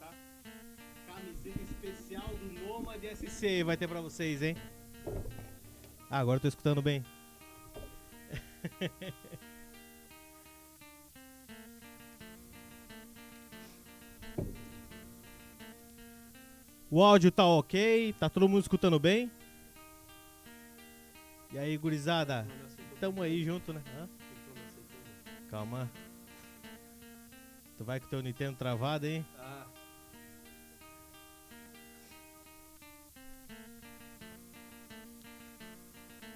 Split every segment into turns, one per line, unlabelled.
tá? esse vai ter pra vocês, hein? Ah, agora eu tô escutando bem. O áudio tá ok? Tá todo mundo escutando bem? E aí, gurizada? Tamo aí junto, né? Hã? Calma. Tu vai com teu Nintendo travado, hein?
Ah,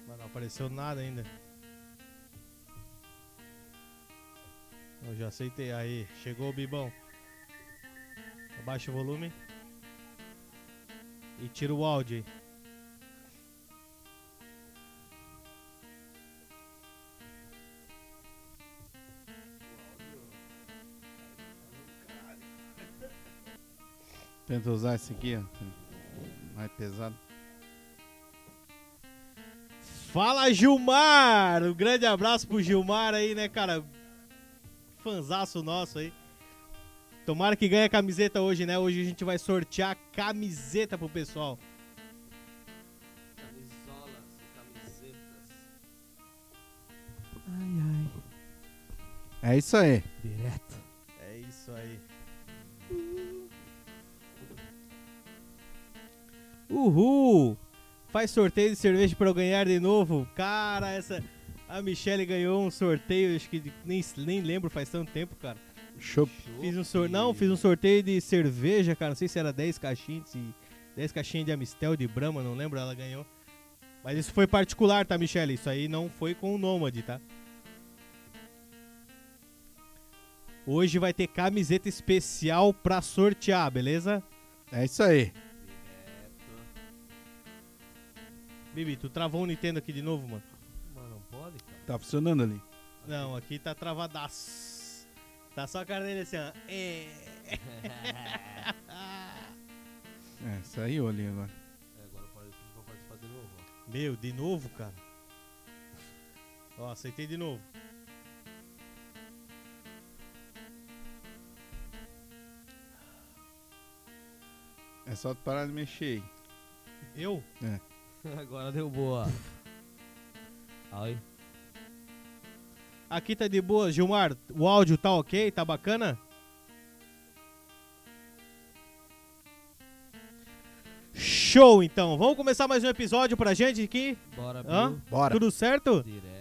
Mas não apareceu nada ainda. Eu já aceitei. Aí, chegou o bibão. Abaixa o volume. E tira o áudio aí.
Tenta usar esse aqui, ó. É Mais pesado.
Fala Gilmar! Um grande abraço pro Gilmar aí, né, cara? Fanzaço nosso aí. Tomara que ganhe a camiseta hoje, né? Hoje a gente vai sortear camiseta pro pessoal.
camisolas e camisetas.
É isso aí.
Direto. É isso aí. Uhul! Faz sorteio de cerveja pra eu ganhar de novo. Cara, essa. A Michelle ganhou um sorteio, acho que de- nem, nem lembro, faz tanto tempo, cara.
Chup.
Fiz um sorteio. Não, fiz um sorteio de cerveja, cara. Não sei se era 10 caixinhas. de- 10 caixinhas de Amistel de Brahma, não lembro, ela ganhou. Mas isso foi particular, tá, Michele? Isso aí não foi com o Nômade, tá? Hoje vai ter camiseta especial pra sortear, beleza?
É isso aí.
Bibi, tu travou o Nintendo aqui de novo, mano?
Mas não pode, cara.
Tá funcionando ali.
Não, aqui tá travadaço. Tá só a cara dele assim, ó. É.
É, saiu ali agora.
É, agora pode vou participar de novo. ó.
Meu, de novo, cara? Ó, aceitei de novo.
É só tu parar de mexer aí.
Eu?
Agora deu boa. Ai.
Aqui tá de boa, Gilmar. O áudio tá ok? Tá bacana? Show, então. Vamos começar mais um episódio pra gente aqui?
Bora,
Hã?
Bill.
Bora.
Tudo certo?
Direto.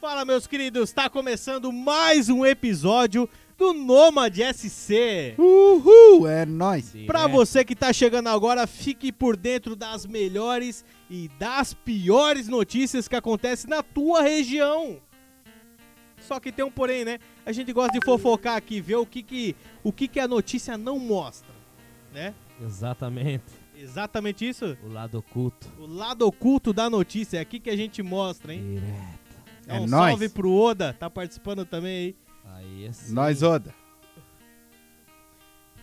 Fala, meus queridos. Tá começando mais um episódio do Nomad SC.
Uhul, é nóis.
Pra você que tá chegando agora, fique por dentro das melhores e das piores notícias que acontecem na tua região. Só que tem um porém, né? A gente gosta de fofocar aqui, ver o que que, o que, que a notícia não mostra, né?
Exatamente.
Exatamente isso.
O lado oculto.
O lado oculto da notícia é aqui que a gente mostra, hein?
Direto.
É
Dá um
nóis.
salve pro Oda, tá participando também aí.
Aí sim.
Nós, Oda.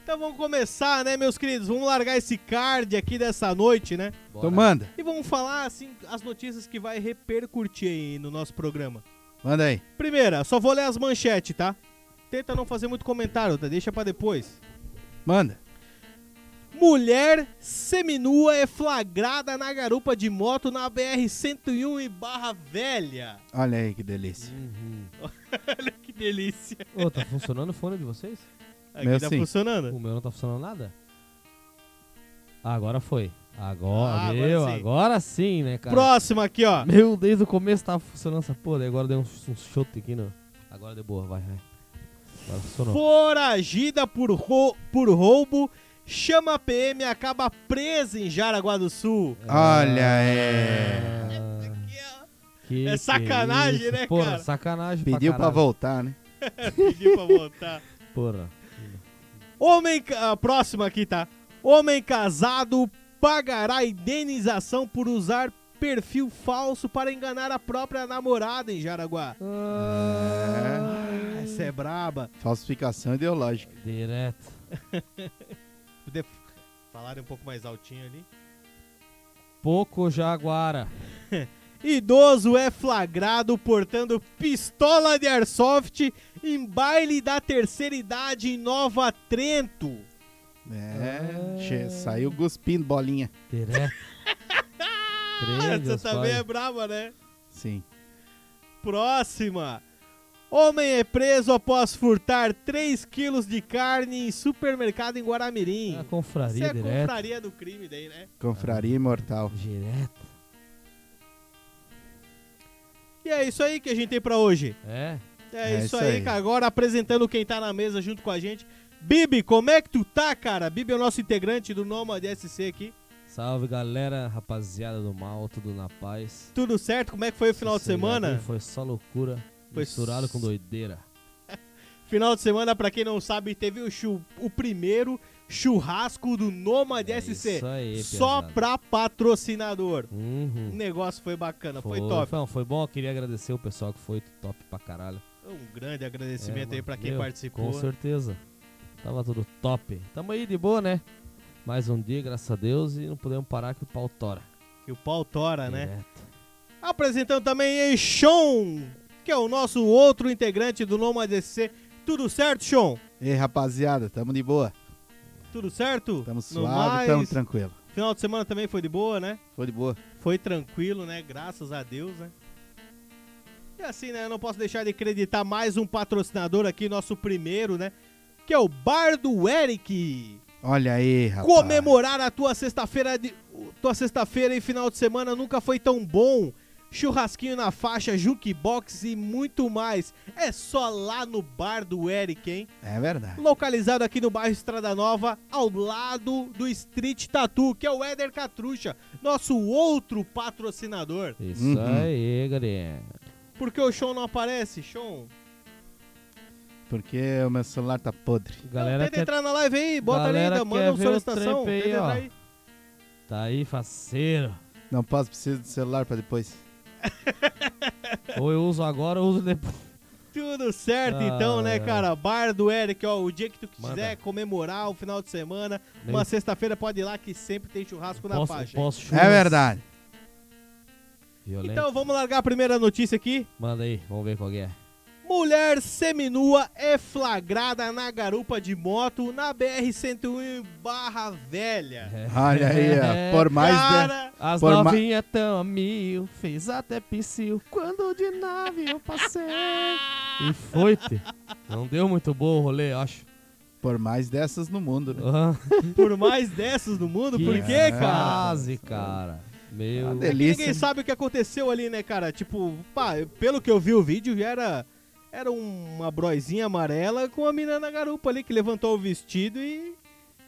Então vamos começar, né, meus queridos? Vamos largar esse card aqui dessa noite, né?
Bora.
Então manda.
E vamos falar, assim, as notícias que vai repercutir aí no nosso programa.
Manda aí.
Primeira, só vou ler as manchetes, tá? Tenta não fazer muito comentário, tá? deixa pra depois.
Manda.
Mulher seminua é flagrada na garupa de moto na BR-101 em um Barra Velha.
Olha aí que delícia.
Uhum.
Olha que delícia.
Ô, tá funcionando o fone de vocês?
Aqui
Meu
tá
sim.
funcionando.
O meu não tá funcionando nada? Ah, agora foi. Agora,
Ah, agora
meu,
sim.
agora sim, né, cara?
Próxima aqui, ó.
Meu, desde o começo tava funcionando essa porra, daí agora deu um, um chute aqui no. Agora deu boa, vai, vai. Agora funcionou.
Foragida por, rou- por roubo, chama a PM e acaba presa em Jaraguá do Sul.
Olha
é
aí.
Ah,
Aqui, ó.
que
É
que
sacanagem,
isso,
né,
porra,
cara?
sacanagem
Pediu pra
pra caralho.
voltar, né?
Pediu pra voltar.
Porra.
Homem. ca- A próxima aqui, tá? Homem casado pagará indenização por usar perfil falso para enganar a própria namorada em Jaraguá. Ah, Essa é braba.
Falsificação ideológica.
Direto.
Poder falarem um pouco mais altinho ali.
Pouco Jaguara.
Idoso é flagrado portando pistola de airsoft em baile da terceira idade em Nova Trento.
É,
Ah.
che- saiu cuspindo bolinha.
Direto. Crê,
Essa
Deus
também
pai.
é braba, né?
Sim.
Próxima. Homem é preso após furtar 3 quilos de carne em supermercado em Guaramirim.
Ah,
Isso
confraria
é
direto.
confraria do crime daí, né?
Confraria imortal.
Direto.
E é isso aí que a gente tem pra hoje.
É.
É,
É
isso,
isso
aí,
aí.
cara. Agora apresentando quem tá na mesa junto com a gente. Bibi, como é que tu tá, cara? Bibi é o nosso integrante do Nomad SC aqui.
Salve galera, rapaziada do mal, tudo na paz.
Tudo certo? Como é que foi o final de semana?
Foi só loucura.
Foi
Misturado
s-
com doideira.
Final de semana, pra quem não sabe, teve o, chu- o primeiro churrasco do Nomad
É
SC.
isso aí,
Só
pesado.
pra patrocinador. O
Uhum.
negócio foi bacana, foi, top.
Não, foi bom, eu queria agradecer o pessoal que foi top pra caralho.
Um grande agradecimento
É,
aí pra quem
meu,
participou.
Com certeza. Tava tudo top. Tamo aí de boa, né? Mais um dia, graças a Deus, e não podemos parar que o pau tora.
Que o pau tora, né?
Direto.
Apresentando também Sean, que é o nosso outro integrante do Nomad SC. Tudo certo, Sean?
Ei, rapaziada, tamo de boa.
Tudo certo?
Tamo
No
suave, tamo
mais,
tranquilo.
Final de semana também foi de boa, né?
Foi de boa.
Foi tranquilo, né? Graças a Deus, né? E assim, né? Eu não posso deixar de acreditar mais um patrocinador aqui, nosso primeiro, né? Que é o Bar do Eric.
Olha aí, rapaz.
Comemorar a tua sexta-feira de o- tua sexta-feira e final de semana nunca foi tão bom. Churrasquinho na faixa, jukebox e muito mais. É só lá no bar do Eric, hein?
É verdade.
Localizado aqui no bairro Estrada Nova, ao lado do Street Tattoo, que é o Éder Catrucha, nosso outro patrocinador.
Isso
Uhum.
aí, galera.
Por que o Sean não aparece, Sean?
Porque o meu celular tá podre.
Galera
Não, tenta
quer
entrar na live aí, bota ali
Galera
ainda,
quer
manda uma
ver o
solicitação.
trampo aí,
tenta entrar
ó.
aí.
Tá aí, faceiro.
Não posso, preciso do celular pra depois.
Ou eu uso agora ou uso depois.
Tudo certo,
Ah,
então, né,
é.
cara? Bar do Eric, ó, o dia que tu quiser
Manda.
comemorar o final de semana,
Nem-
uma sexta-feira pode ir lá que sempre tem churrasco na
Posso,
faixa. hein?
posso
É verdade.
Violento.
Então, vamos largar a primeira notícia aqui.
Manda aí, vamos ver qual que é.
Mulher seminua é flagrada na garupa de moto na BR-101 em um Barra Velha.
Olha aí, ó. Por mais de...
É, cara,
As
Por ma-
novinhas tão a mil, fez até psiu. Quando de nave eu passei. E foi-te. Não deu muito bom o rolê, eu acho.
Por mais dessas no mundo, né?
Ah,
por mais dessas no mundo, por
que
quê, cara?
Quase, cara. Meu.
Uma
É que
É. Tá delícia.
ninguém sabe o que aconteceu ali, né, cara? Tipo, pá, pelo que eu vi o vídeo, era era uma broizinha amarela com a mina na garupa ali que levantou o vestido e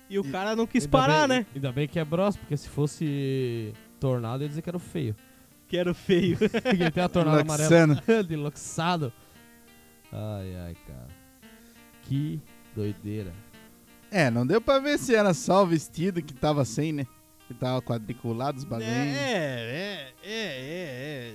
e o
E-
cara não quis
Ainda
parar,
bem-
né?
Ainda bem que é bros, porque se fosse tornado, eu ia dizer que era o feio.
Que era o feio. Né?
Porque ele tem a tornada
Loxano.
amarela. De loxado. Ai, ai, cara. Que doideira.
É, não deu pra ver se era só o vestido que tava sem, né? Que tava quadriculado os bagulhos.
é, é, é, é, é.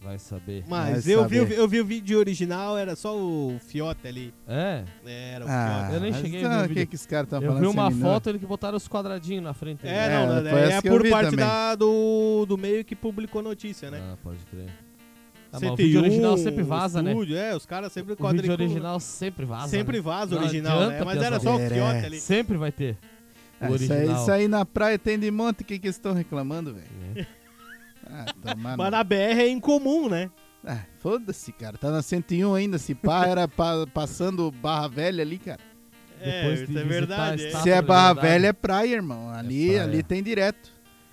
Vai saber.
Mas
Vai
eu vi, o
saber.
vi- eu vi o vídeo original, era só o Fiota ali.
É.
Era o
Ah,
Fiota.
Eu nem
mas
cheguei a
então,
ver o
o que,
vídeo.
que os caras estão
Eu
falando assim, né?
vi uma
sem menor?
foto ele que botaram os quadradinhos na frente.
É,
né?
É,
não,
foi
é,
essa que eu
por
vi
parte
também.
da, do, do meio que publicou notícia, né? um,
Ah, pode crer. Ah, mas o vídeo original sempre vaza, né?
estúdio, É, os caras sempre
O vídeo
quadriculam.
original sempre vaza.
sempre
né?
vaza o
Não
original,
adianta,
né? Mas era só o
pessoal.
Fiota ali.
Sempre vai ter. O
Ah, isso, aí,
original.
isso aí na praia tem de monte, o que que eles estão reclamando, velho?
É.
Ah, tomar no-
Mas na BR é incomum, né?
Ah, foda-se, cara. Tá na 101 ainda. Se pá, era pa- passando Barra Velha ali, cara.
É,
Depois de
isso é
visitar
verdade.
a
é.
estátua.
Se é
é
Barra
verdade. É
Velha, é praia, irmão. Ali,
praia.
ali tem direto.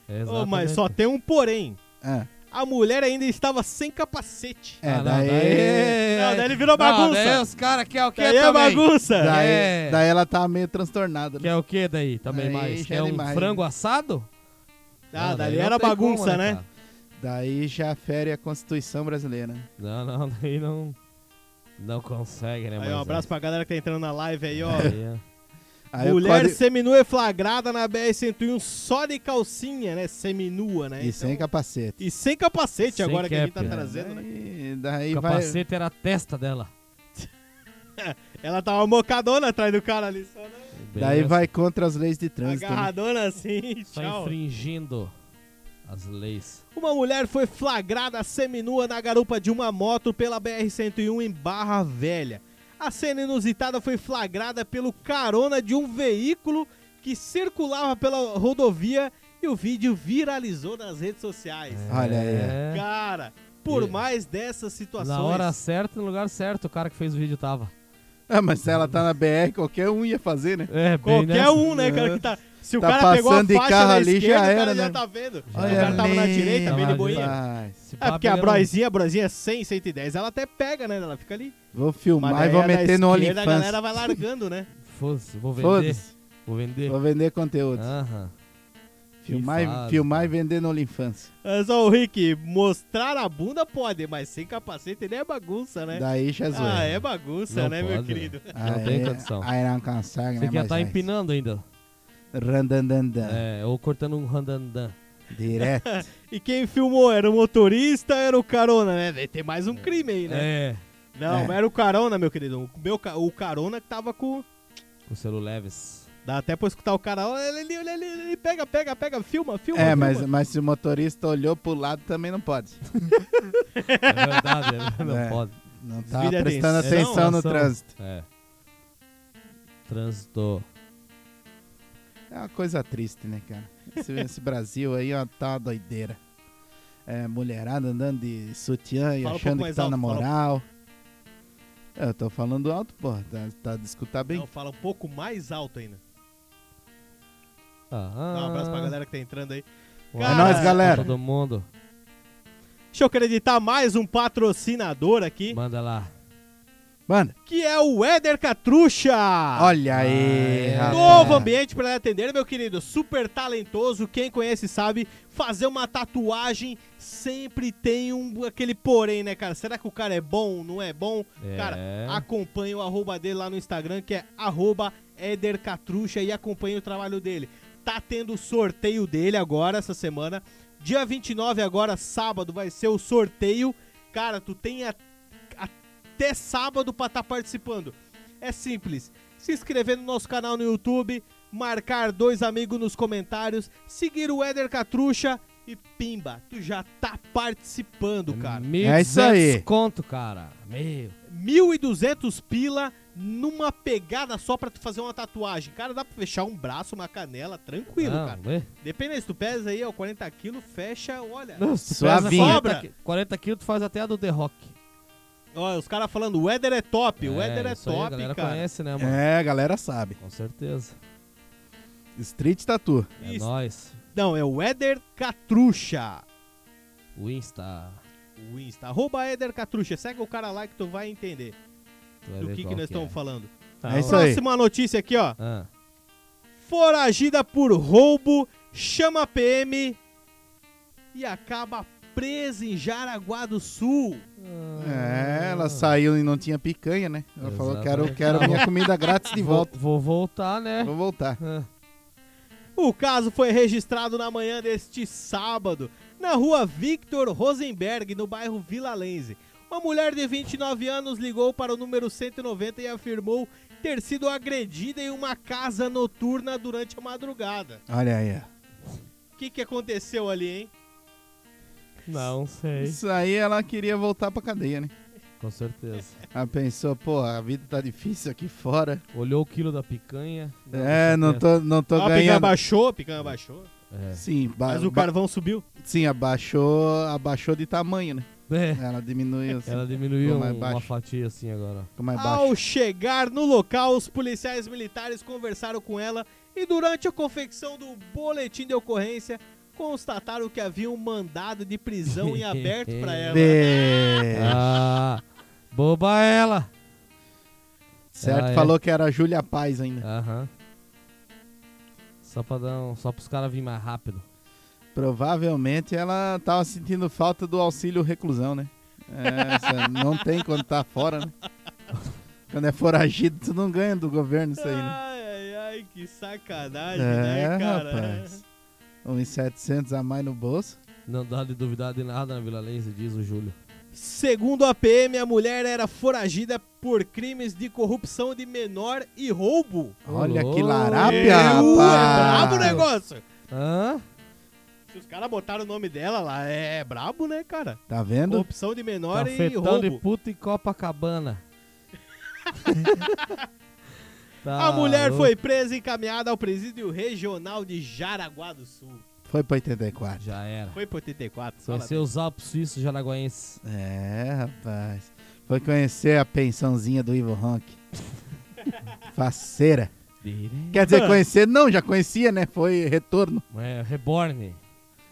É,
Ô, mas
exatamente.
só tem um porém.
Ah,
A mulher ainda estava sem capacete.
é,
Ah, não,
daí,
É.
é
Não, daí ele virou
Não, daí
bagunça.
os caras querem o quê
Daí é
também?
bagunça.
daí,
É.
daí ela tá meio transtornada. né?
Quer o que daí? Também
Aí
mais.
já é
Quer um
demais,
frango assado?
Ah,
Não,
daí
não
era
tem
bagunça,
como,
né?
cara?
Daí já fere a Constituição brasileira.
Não, não, daí não... Não consegue, né?
Aí, um abraço pra galera que tá entrando na live aí, ó.
é.
Aí o
Mulher
código-
seminua é flagrada na BR-101 só de calcinha, né? Seminua, né?
E sem
Então-
capacete.
e sem capacete
Sem
agora que a gente tá
cap, né?
trazendo, né?
Daí, daí
O
vai.
capacete era a testa dela.
Ela tava mocadona atrás do cara ali, só, né?
Daí
Beleza.
vai contra as leis de trânsito. né?
Agarradona assim,
Só
tchau.
infringindo as leis.
Uma mulher foi flagrada seminua na garupa de uma moto pela BR-101 em Barra Velha. A cena inusitada foi flagrada pelo carona de um veículo que circulava pela rodovia e o vídeo viralizou nas redes sociais.
Olha aí,
É.
Cara, por
É.
mais dessas situações.
Na hora certa, no lugar certo, o cara que fez o vídeo tava.
Ah, mas se ela tá na BR, qualquer um ia fazer, né?
É, bem
Qualquer
nessa.
um, né, cara, que tá. Se o
Tá
cara pegou a
passando de
faixa
carro
na
ali, já
esquerda, o cara
era,
já
né?
tá vendo.
Já
o cara
era.
tava na
meu
direita, bem de
Tava
boinha.
rapaz.
Esse
É porque a
papel-
broizinha, a broizinha é 100, 110, ela até pega, né? Ela fica ali.
Vou filmar e
daí
vou
a é da
meter no
esquerda, A galera
OnlyFans.
vai largando, né?
Foda-se, vou vender.
Foda-se.
Vou vender.
Vou vender conteúdo.
Ah,
Aham.
filmar,
Que
e,
fase,
filmar e
cara.
vender no OnlyFans.
Olha só o Rick, mostrar a bunda pode, mas sem capacete ele é bagunça, né?
Daí já zoei.
Ah, é bagunça,
Não
né, meu
pode,
querido?
Aí-
Não tem condição.
Aí não consegue,
Você
né?
quer
mais
estar
nós.
empinando ainda.
Randandandã.
É, ou cortando um randandan.
Direto.
né?
E quem filmou era o motorista, era o carona, né? Deve ter mais um crime aí, né?
É.
Não,
É.
mas era o carona, meu querido. O, meu, ca- o carona que tava com.
O selo leves.
Dá até pra escutar o cara. Olha ele, olha ele, olha ele, pega, pega, pega, filma, filma.
é,
filma.
mas, mas se o motorista olhou pro lado também não pode.
É verdade, é- não
É.
pode.
Não tá
Desvia a
prestando
atenção,
atenção, no
ação.
trânsito.
É. Trânsito.
É uma coisa triste, né, cara? Esse, esse Brasil aí ó, tá uma doideira. É, mulherada andando de sutiã e
Fala um pouco
achando que
mais
tá
alto,
na
fala um
moral. Eu tô falando alto, porra. Tá, tá de escutar bem.
Não, fala um pouco mais alto ainda.
Ah,
Dá um abraço pra galera que tá entrando aí.
Um
É
abraço
nóis,
pra
galera.
Todo mundo.
Deixa eu acreditar mais um patrocinador aqui,
Manda lá.
Mano,
que é o Éder Catrucha.
olha aí,
é.
rapaz.
Novo ambiente para atender, meu querido. Super talentoso. Quem conhece sabe. Fazer uma tatuagem sempre tem um aquele porém, né, cara? Será que o cara é bom? Não é bom?
É.
Cara, acompanha o arroba dele lá no Instagram, que é arroba edercatrucha e acompanha o trabalho dele. Tá tendo sorteio dele agora, essa semana. Dia 29 agora, sábado, vai ser o sorteio. Cara, tu tem a- até sábado pra estar participando. É simples. Se inscrever no nosso canal no YouTube, marcar dois amigos nos comentários, seguir o Éder Catrucha e pimba, tu já tá participando, cara.
É isso aí.
1.200 conto, cara. Meu.
1.200 pila numa pegada só pra tu fazer uma tatuagem. Cara, dá pra fechar um braço, uma canela, tranquilo,
não,
cara.
vê?
Depende se tu pesa aí, ó, 40 quilos, fecha, olha.
Não, se tu
Suavinho.
pesa
Sobra.
40 qui- 40 quilos, tu faz até a do The Rock.
Ó, os caras falando, o Éder é top, o Éder é
isso aí A
top,
galera
cara.
conhece, né, mano?
É, a galera sabe.
Com certeza.
Street tá Tattoo.
É
Isso.
nóis.
Não, é o Éder Catrucha.
O Insta.
O Insta, arroba Éder Catrucha. Segue o cara lá que tu vai entender
Tu vai
do
ver
que, que
qual
nós estamos
é.
falando.
Tá,
É
ó.
isso aí.
Próxima notícia aqui, ó.
Ah,
Foragida por roubo, chama a PM e acaba presa em Jaraguá do Sul.
É, ela saiu e não tinha picanha, né? Ela falou: quero,
Exatamente.
quero minha comida grátis de
vou-
volta.
Vou voltar, né?
Vou voltar.
Ah,
O caso foi registrado na manhã deste sábado, na rua Victor Rosenberg, no bairro Vila Lense. Uma mulher de 29 anos ligou para o número 190 e afirmou ter sido agredida em uma casa noturna durante a madrugada.
Olha aí. ó.
O que, que aconteceu ali, hein?
Não
É
sei.
Isso aí ela queria voltar pra cadeia, né?
Com certeza.
Ela pensou: pô, a vida tá difícil aqui fora.
Olhou o quilo da picanha.
É, não tô, não tô
Ó, a picanha
ganhando.
baixou, a picanha baixou.
É.
Sim, ba-
Mas o
ba-
carvão subiu.
sim, abaixou, abaixou de tamanho, né?
É,
Ela diminuiu assim,
Ela
Ficou
diminuiu
mais
um- uma
baixo.
fatia assim agora.
ficou mais
Ao
é baixo.
chegar no local, os policiais militares conversaram com ela e, durante a confecção do boletim de ocorrência, constataram que havia um mandado de prisão em aberto pra ela.
Vê.
Ah, boba ela.
certo,
Ah, é.
falou que era a Júlia Paz ainda.
Aham. Só pra dar um, só pros caras virem mais rápido.
Provavelmente ela tava sentindo falta do auxílio reclusão, né? É, você não tem quando tá fora, né? Quando é foragido, tu não ganha do governo isso aí, né?
Ai, ai, ai, que sacanagem,
É,
né, cara?
rapaz. Uns 700 a mais no bolso.
Não dá de duvidar de nada na Vila Lense, diz o Júlio.
Segundo a PM, a mulher era foragida por crimes de corrupção de menor e roubo.
Ô,
Olha que
louco.
larápia,
Eu, é brabo o
rapaz!
negócio.
Hã?
Se os caras botaram o nome dela lá, é brabo, né, cara?
Tá vendo?
Corrupção de menor
tá
e
Cafetão
roubo.
de puta e Copacabana. Tá
A mulher
louco.
foi presa e encaminhada ao presídio regional de Jaraguá do Sul.
Foi pra 84.
Já era.
Foi pro 84, fala
Conheceu os Alpes Suíços Jaraguaenses.
É, rapaz. Foi conhecer a pensãozinha do Ivo Honk. Faceira. Quer dizer, conhecer não, já conhecia, né? Foi retorno.
É, Reborn.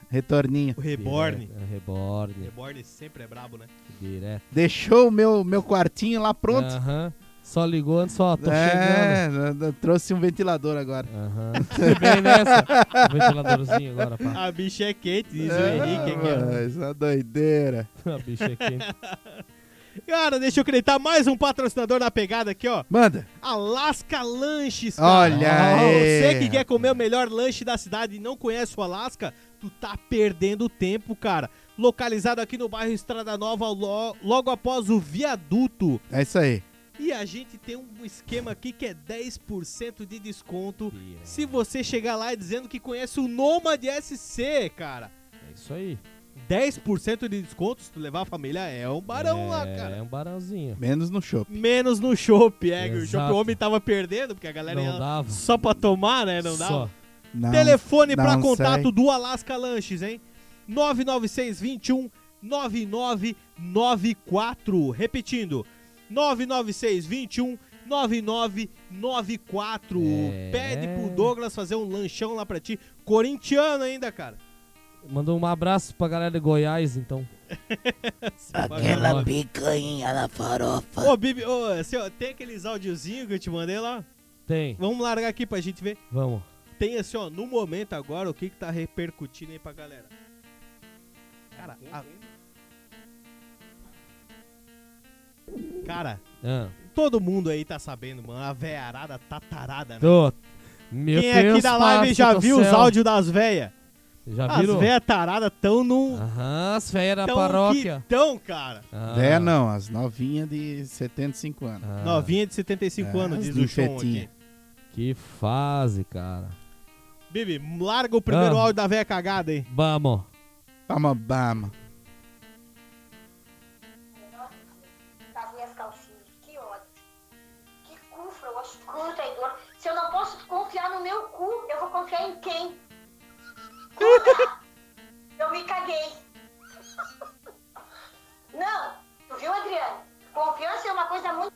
Retorninho.
bem. O Reborn.
Direto, é, Reborn.
Reborn sempre é brabo, né?
Direto.
Deixou o meu, meu quartinho lá pronto.
Aham. Só ligou antes, ó, Ah, tô chegando.
é, eu- eu trouxe um ventilador agora.
Aham. Você vem nessa. O ventiladorzinho agora, pá.
A bicha é quente, diz o
Ah,
Henrique. aqui, ó.
Mas a doideira.
A bicha é aqui.
Cara, deixa eu acreditar mais um patrocinador na pegada aqui, ó.
Manda.
Alasca Lanches, cara.
Olha aí.
Você que quer comer o melhor lanche da cidade e não conhece o Alasca, tu tá perdendo tempo, cara. Localizado aqui no bairro Estrada Nova, lo- logo após o viaduto.
É isso aí.
E a gente tem um esquema aqui que é 10% de desconto se você chegar lá dizendo que conhece o Nômade SC, cara.
É isso aí.
10% de desconto se tu levar a família é um barão
é,
lá, cara.
É um barãozinho.
Menos no show.
Menos no chopp, é. que O
Exato.
chopp o homem tava perdendo, porque a galera
Não
ia
dava.
só pra tomar, né? Não dava.
Só.
Não,
Telefone para
não
contato
sei.
do Alasca Lanches, hein? 996 21 9994. Repetindo. 996 21 9994.
É.
Pede pro Douglas fazer um lanchão lá pra ti. Corintiano ainda, cara.
Mandou um abraço pra galera de Goiás, então.
Aquela picanha na farofa.
Ô, Bibi, ô, assim, ó, tem aqueles áudiozinhos que eu te mandei lá?
Tem.
Vamos largar aqui pra gente ver.
Vamos.
Tem assim, ó, no momento agora, o que que tá repercutindo aí pra galera. Cara, a- Cara,
Ah.
todo mundo aí tá sabendo, mano. A veiarada tá tarada, né?
Tô. Meu
Quem
Deus,
aqui da live
parça
já
do
viu os
céu.
áudios das véias?
Já
As
viram?
véias taradas tão num.
Aham, as velhas da
tão
paróquia.
que tão, cara.
Ah.
É, não. As novinhas de 75 anos.
Ah,
Novinha de 75
É,
anos,
as
diz o Chon aqui.
linfetinha.
Que fase, cara.
Bibi, larga o primeiro
Ah.
áudio da véia cagada aí.
Vamos.
Bama, bama.
das minhas calcinhas. Que ódio. Que cu frouxo, traidor. Se eu não posso confiar no meu cu, eu vou confiar em quem? Puta! Eu me caguei. Não, tu viu, Adriano? Confiança é uma coisa muito.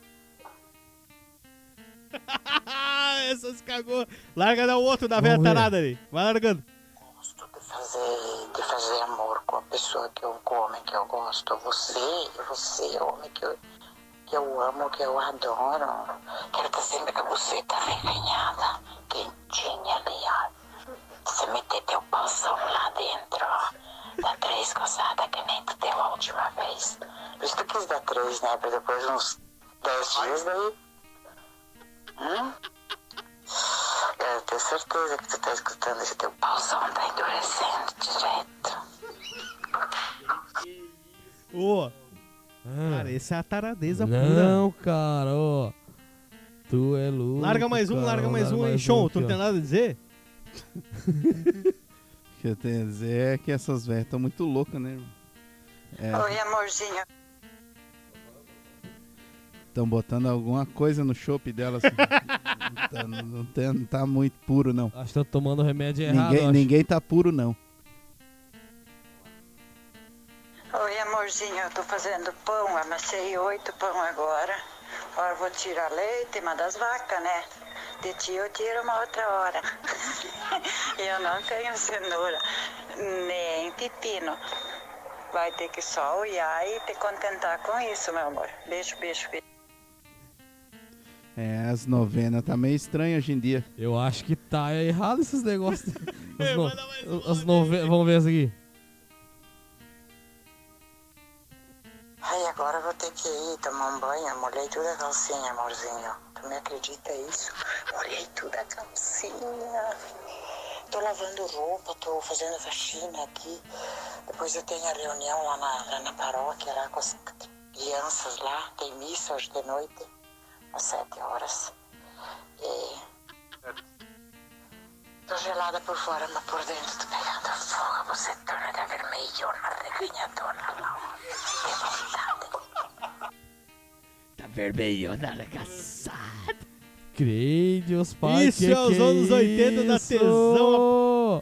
Essa se cagou. Larga da outro da véia
Vamos ver.
tarada ali. Vai largando.
gosto de fazer, de fazer amor com a pessoa que eu, com o homem que eu gosto. Você, você, é o homem que eu, que eu amo, que eu adoro. Quero estar sempre com a buceta reganhada, quentinha ali, ó. Você meter teu panção lá dentro, ó. Dá três coçadas que nem tu deu a última vez. Por isso tu quis dar três, né? Pra depois de uns dez dias daí. Hum? Eu tenho certeza que tu tá escutando esse teu pauzão tá endurecendo direto.
Ô,
Ah.
cara, essa é a taradeza pura.
Não, cara, ó. Tu é louco.
Larga mais um,
cara,
larga mais um, hein,
mais
Chon?
aqui,
Tu não
ó.
tem nada a dizer?
O que eu tenho a dizer é que essas velhas estão muito loucas, né? irmão?
Oi, amorzinho.
Estão botando alguma coisa no chopp delas. assim. não, tá, não tem- não tá muito puro, não.
Acho que tá tomando remédio errado.
Ninguém,
acho.
ninguém tá puro, não.
Oi, amorzinho. Eu tô fazendo pão, amassei oito pão agora. Agora eu vou tirar leite e mandar as vacas, né? De ti eu tiro uma outra hora. eu não tenho cenoura, nem pepino. Vai ter que só olhar e te contentar com isso, meu amor. Beijo, beijo, beijo.
É, as novenas tá meio estranho hoje em dia.
Eu acho que tá errado esses negócios. As no-
Manda mais um,
as nove- Vamos ver essa aqui.
Ai, agora eu vou ter que ir tomar um banho. Molhei toda a calcinha, amorzinho. Tu me acredita isso? Molhei toda a calcinha. Tô lavando roupa, tô fazendo faxina aqui. Depois eu tenho a reunião lá na, lá na paróquia, lá com as crianças lá. Tem missa hoje de noite, às sete horas. E... Tô gelada por fora, mas por dentro tô pegando fogo. Você torna da vermelhona, reganhadona lá. ó. Que vontade.
Que
Creio, os pais.
Isso
que
é os
que
anos 80 da
isso?
tesão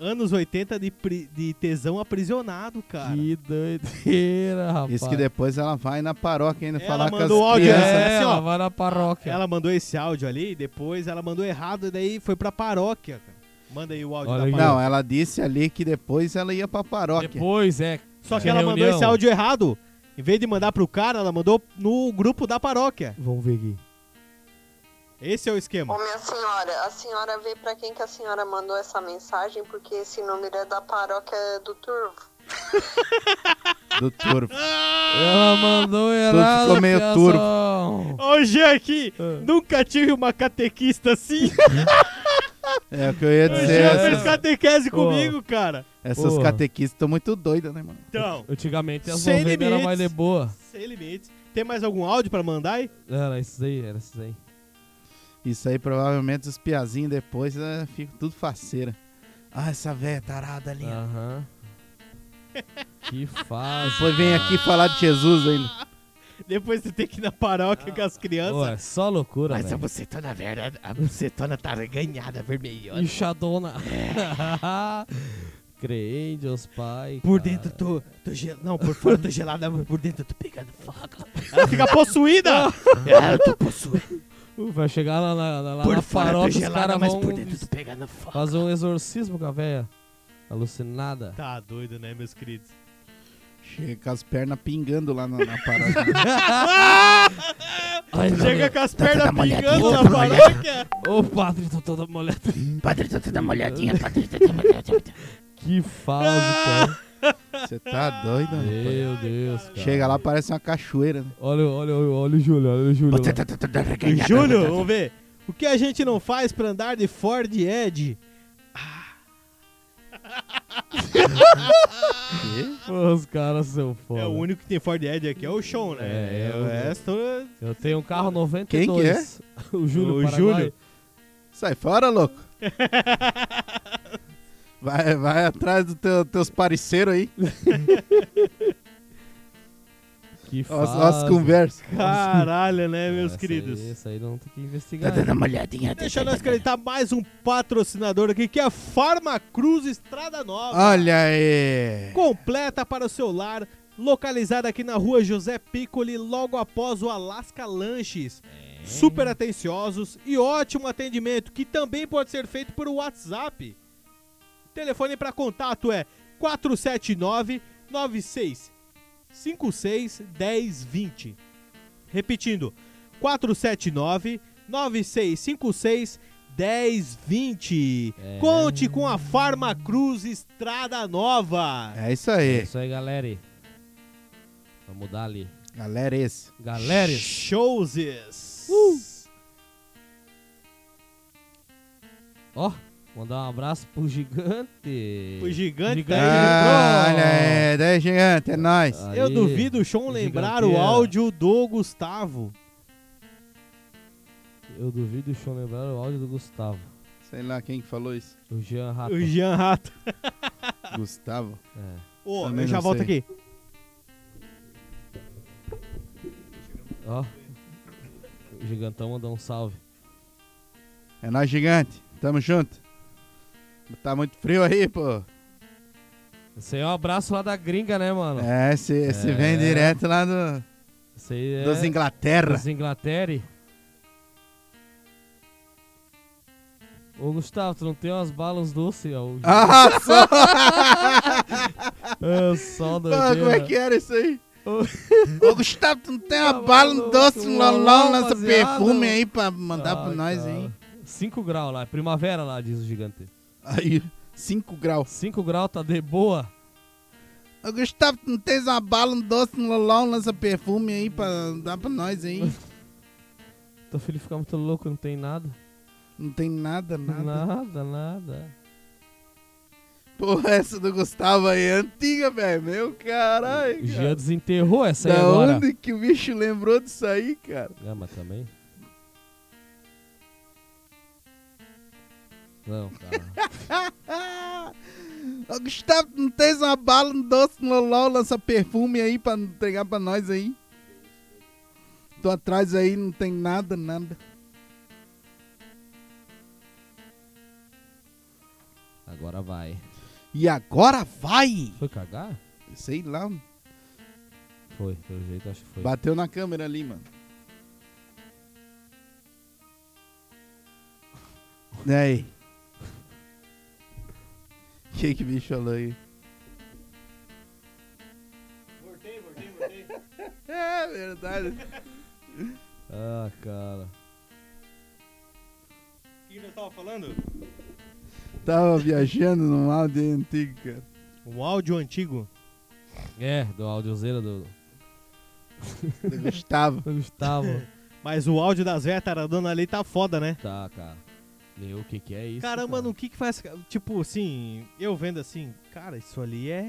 Anos 80 de, pri- de tesão aprisionado, cara.
Que doideira, rapaz.
Isso que depois ela vai na paróquia ainda
Ela
falar com as
mandou o áudio,
crianças.
né?
É,
assim, ó.
ela vai na paróquia.
Ela mandou esse áudio ali, depois ela mandou errado, e daí foi pra paróquia, cara. Manda aí o áudio
Olha
da
aí.
paróquia.
Não, ela disse ali que depois ela ia pra paróquia.
Depois, é.
Só que
é,
ela mandou
reunião.
esse áudio errado. Em vez de mandar pro cara, ela mandou no grupo da paróquia.
Vamos ver aqui.
Esse é o esquema.
Ô, minha senhora, a senhora vê pra quem que a senhora mandou essa mensagem, porque esse número é da paróquia do Turvo.
Do turvo.
Ela mandou errado.
ficou meio
fiação.
Ô, Jean, aqui,
Ah.
nunca tive uma catequista assim.
É o que eu ia
O
dizer.
Jean fez
Essas,
catequese
Pô.
comigo, cara.
essas
Pô.
catequistas estão muito doidas, né, mano?
Então,
Antigamente as
Sem
ovelhas eram
limites.
mais de boa.
sem limites. Tem mais algum áudio pra mandar aí?
Era isso aí, era isso aí.
Isso aí provavelmente os piazinhos depois né, ficam tudo faceira. Ah, essa velha
Tá
tarada ali. ó.
Aham. que fase.
Depois vem aqui falar de Jesus ainda.
Depois você tem que ir na paróquia com as
Pô,
crianças.
é só loucura, velho.
bucetona verda, a bucetona tá ganhada, vermelhona.
Inchadona. Creio, Deus Pai.
É. Por
cara.
dentro tô, tô gel... Não, por fora tô gelada, mas por dentro eu tô pegando fogo. Ela fica possuída! Ela tô possuída.
Uh, vai chegar lá na, na, lá
Por
na
fora tô
farofa, os
gelada,
caras
mas
vão
por dentro eu tô pegando fogo.
fazer um exorcismo com a véia. Alucinada.
Tá doido, né, meus queridos?
Chega com as pernas pingando lá na, na parada.
Ai,
Chega com as pernas
dando uma
pingando na
olhadinha, dando uma
paróquia.
meu- Tá Ô, padre, tô toda molhada.
Hum,
Padre, tu te dá uma olhadinha, padre, tu te dá uma olhadinha.
Que fase,
Você tá doido,
cara.
mano?
Meu Deus, cara.
Chega lá, parece uma cachoeira, né?
Olha, olha, olha, olha o Júlio, olha o Júlio.
Tu
lá.
te dá uma
E,
reganhada.
Júlio, vamos ver. O que a gente não faz pra andar de Ford Edge?
Pô, os caras são foda.
É o único que tem Ford Edge aqui, é o Sean, né?
É,
o
eu-
resto...
Eu tenho um carro 92. é? o Júlio,
O
Paraguai.
Júlio.
Sai fora, louco. Vai, vai atrás dos teu- teus parceiros aí.
Que
Ó, As
fase.
nossas conversas.
Caralho, né, meus
Essa
queridos?
Aí, essa aí não tem que
Tu
investigar.
te dá uma olhadinha.
Deixa nós acreditar mais um patrocinador aqui, que é a Farmacruz Estrada Nova.
Olha aí.
completa para o seu lar, localizada aqui na rua José Piccoli, logo após o Alasca Lanches. Super atenciosos e ótimo atendimento, que também pode ser feito por WhatsApp. Telefone para contato é 479 96 56 1020. Repetindo, 479 9656 1020. Conte com a Farma Cruz Estrada Nova.
É isso
É
aí.
isso aí, galera. Vamos mudar ali.
Galera, é esse.
Galera.
Showses.
Ó, mandar um abraço pro gigante.
O gigante tá
Ah,
aí.
olha aí. Daí, gigante, é nóis.
Ah.
Eu
Aí. é-
duvido o Sean lembrar o
Giganteira.
áudio do Gustavo.
Eu duvido o show lembrar o áudio do Gustavo.
Sei lá quem que falou isso.
O Jean Rato.
O Jean Rato.
Gustavo.
É.
Ô,
Também
eu já
não
volto
sei.
aqui.
Ó. O gigantão mandou um salve.
É nóis, gigante. Tamo junto. Tá muito frio aí, pô.
Esse aí é um abraço lá da gringa, né, mano?
É, esse, esse vem direto lá do,
Esse aí é.
dos Inglaterra.
Dos Inglaterra. Ô Gustavo, tu não tem umas balas doces? Ó, o-
Ah, só,
É só né? doideira.
como é que era isso aí?
Ô.
Ô, Gustavo, tu não tem uma
Tá
bala, um
maluco,
doce,
um
um lolão,
lolão,
lança
baseado.
perfume aí pra mandar pra
Ai,
nós,
cara.
hein?
5 graus lá, é primavera lá, diz o gigante.
Aí, 5 graus.
5 graus tá de boa.
Ô, Gustavo, tu não tens uma bala, um doce, um lolão, lança perfume aí pra dar pra nós, hein?
Teu filho fica muito louco, não tem nada.
Não tem nada, nada.
Nada, nada.
Porra, essa do Gustavo aí é antiga, velho. Meu caralho,
O
cara.
Jean desenterrou essa aí
Da
agora.
onde que o bicho lembrou disso aí, cara?
Ah, mas também. Não, cara.
Ah! Ô, Gustavo, não tens uma bala, um doce, um loló, lança perfume aí pra entregar pra nós aí? Tô atrás aí, não tem nada, nada.
agora vai.
E agora vai!
Foi cagar?
Sei lá,
Foi, pelo jeito acho que foi.
bateu na câmera ali, mano. E aí? O que que o bicho falou aí?
Voltei, voltei, voltei.
É verdade.
Ah, cara.
O que eu tava falando?
Tava viajando num áudio antigo, cara.
Um áudio antigo.
É, do audiozeira do,
Do Gustavo.
do Gustavo.
Mas o áudio das velhas taradonas ali tá foda, né?
tá, cara. Meu, o que que é isso?
Caramba,
cara?
no que que faz... Tipo, assim, eu vendo assim, cara, isso ali é...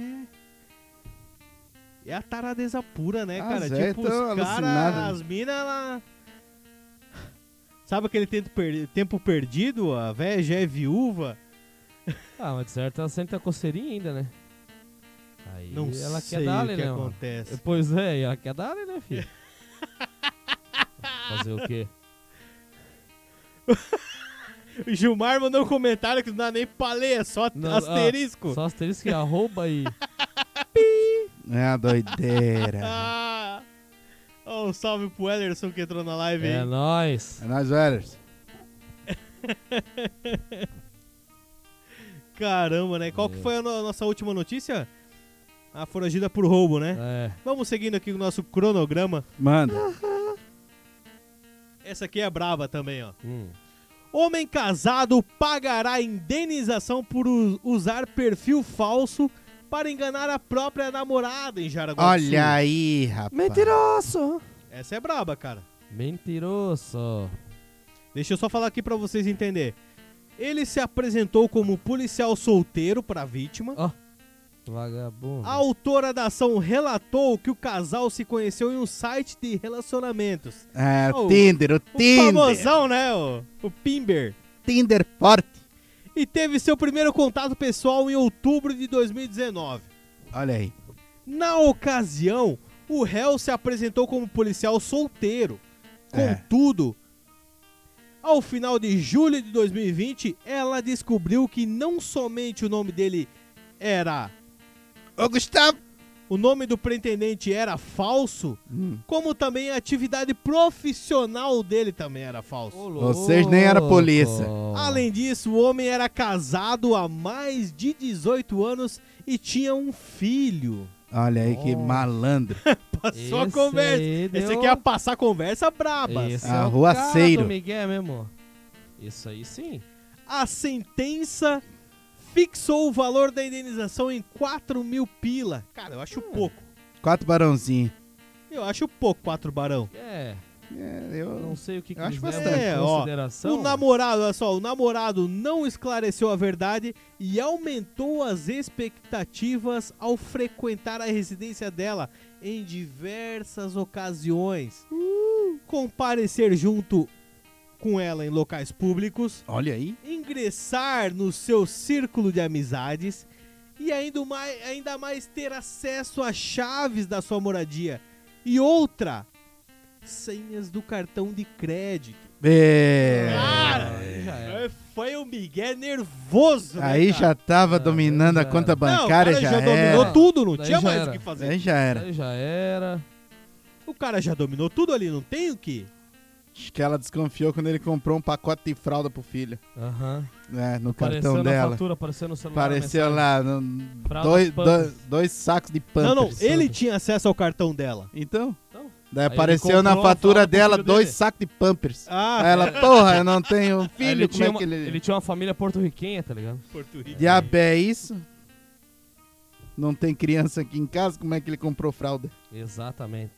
É a taradeza pura, né,
Ah,
cara?
Zé,
tipo,
tão
os
alucinado, né?
caras, as minas, ela... Sabe aquele tempo, per- tempo perdido? A véia já é viúva.
Ah, mas de certo ela sente a coceirinha ainda, né? Aí
Não
ela
sei
quer dar,
o
né,
que
mano?
acontece.
Pois é, e ela quer dar, né, filho? Fazer o quê?
O Gilmar mandou um comentário que não dá nem pra ler, é só
Não, ah,
asterisco.
Só asterisco e arroba e.
É uma doideira.
Ah! Ó, um salve pro Ederson que entrou na live
É
aí.
nóis.
É nós, Wellers.
Caramba, né? Qual que
É.
foi a no- nossa última notícia? A foragida por roubo, né?
É.
Vamos seguindo aqui o nosso cronograma.
Manda.
Essa aqui é braba também, ó.
Hum.
Homem casado pagará indenização por u- usar perfil falso para enganar a própria namorada em Jaraguá do Sul.
Olha aí, rapaz.
Mentiroso!
Essa é braba, cara.
Mentiroso.
Deixa eu só falar aqui pra vocês entenderem. Ele se apresentou como policial solteiro pra vítima.
Vagabundo.
A autora da ação relatou que o casal se conheceu em um site de relacionamentos.
É, o
Oh,
Tinder, o
O
Tinder.
famosão, né? O, o Pimber.
Tinder forte.
E teve seu primeiro contato pessoal em outubro de 2019.
Olha aí.
Na ocasião, o réu se apresentou como policial solteiro.
É.
Contudo, ao final de julho de 2020, ela descobriu que não somente o nome dele era.
Ô, Gustavo.
O nome do pretendente era falso,
Hum.
como também a atividade profissional dele também era
Ô,
falso.
louco.
Vocês nem era polícia.
Além disso, o homem era casado há mais de 18 anos e tinha um filho.
Olha aí que
Nossa.
malandro.
Passou a
Esse
conversa.
aí
Esse
deu-
aqui é a passar conversa braba.
Esse
Ah,
é o
arruaceiro.
cara do Miguel mesmo. Isso aí sim.
A sentença fixou o valor da indenização em 4 mil pila. Cara, eu acho pouco.
Quatro barãozinhos.
Eu acho pouco 4 barão.
É,
É,
não
eu...
sei o que, que
Eu acho
eles levam
bastante.
em
É, ó,
consideração.
O namorado, olha só, o namorado não esclareceu a verdade e aumentou as expectativas ao frequentar a residência dela em diversas ocasiões. Comparecer junto com ela em locais públicos,
Olha aí.
ingressar no seu círculo de amizades e ainda mais, ainda mais ter acesso às chaves da sua moradia e outra senhas do cartão de crédito.
É.
Cara,
Aí já era.
é, foi o Miguel nervoso. né,
Aí
cara?
já tava dominando a
já
conta
era.
Não, o cara
bancária, já,
dominou
era.
tudo, não
Daí
tinha
já
mais
era.
o que fazer.
Aí já era.
Aí já era.
O cara já dominou tudo ali, não tem o que.
Acho que ela desconfiou quando ele comprou um pacote de fralda pro filho.
Aham.
Né, no
Apareceu
cartão
na
dela.
fatura, apareceu no celular.
Apareceu
mensagem.
lá no-
Fralda
dois,
Pampers.
dois, dois sacos de
Não,
pano.
não, ele
Santos.
tinha acesso ao cartão dela.
Então?
Então,
Daí
ele
apareceu na
comprou a
fatura
fralda pro
dela
filho
dois
dele.
sacos de pampers.
Ah,
Aí ela, porra, eu não tenho
Aí
filho,
ele,
como
tinha
é
uma,
que ele...
ele tinha uma família porto-riquenha, tá ligado?
Diabo é isso? Não tem criança aqui em casa, como é que ele comprou fralda?
Exatamente.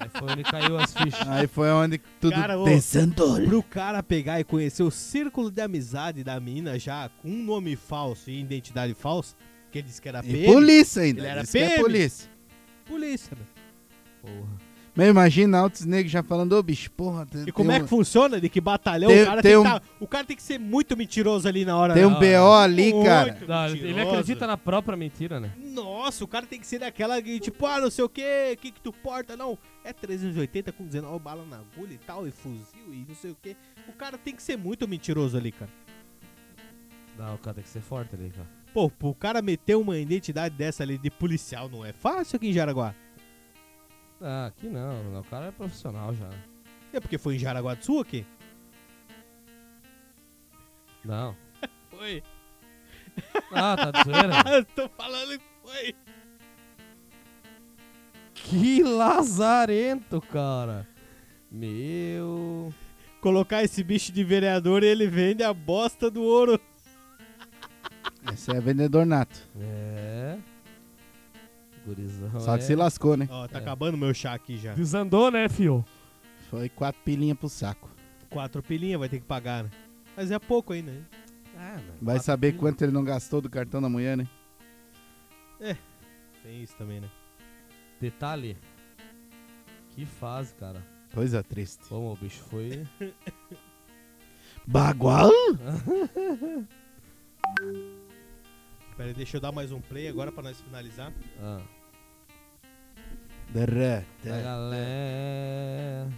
Aí foi onde caiu as fichas.
Aí foi onde tudo
Cara, ô.
desandou.
Pro cara pegar e conhecer o círculo de amizade da mina já com um nome falso e identidade falsa, que ele disse que era
E
PM.
polícia ainda.
Ele
Ele
era
era que é
PM.
polícia.
polícia. né?
Porra.
Meu, imagina altos negros já falando, ô bicho, porra, tem,
E como
tem
é
um,
que funciona? De que batalhão?
Tem-
o, cara
tem
tem que
um-
tá- o cara tem que ser muito mentiroso ali na hora.
tem
né?
um BO ali,
Muito
cara.
Não, ele
mentiroso.
acredita na própria mentira, né?
Nossa, o cara tem que ser daquela que, tipo, ah, não sei o que, que que tu porta, não. É 380 com 19 balas na agulha e tal, e fuzil e não sei o que. O cara tem que ser muito mentiroso ali, cara.
Não, o cara tem que ser forte tá ali, cara.
Pô, pro cara meter uma identidade dessa ali de policial não é fácil aqui em Jaraguá.
Ah, aqui não, não, o cara é profissional já.
É porque foi em Jaraguá do Sul aqui?
Não.
Foi.
Ah, tá de zoeira?
Eu tô falando que foi.
que lazarento, cara. Meu.
Colocar esse bicho de vereador e ele vende a bosta do ouro.
Esse é vendedor nato.
É. Gurizão.
Só que
é-
se lascou, né?
Ó, tá acabando meu chá aqui já.
Desandou, né, fio?
Foi quatro pilinhas pro saco.
Quatro pilinhas vai ter que pagar, né? Mas é pouco ainda, né?
Ah, não.
Vai
Quatro
saber
filhos.
quanto ele não gastou do cartão da mulher, né?
Tem isso também, né?
Detalhe. Que fase, cara.
Coisa triste.
Como o bicho foi.
Bagual?
Pera aí, deixa eu dar mais um play agora pra nós finalizar.
Ah.
Derré.
A galera.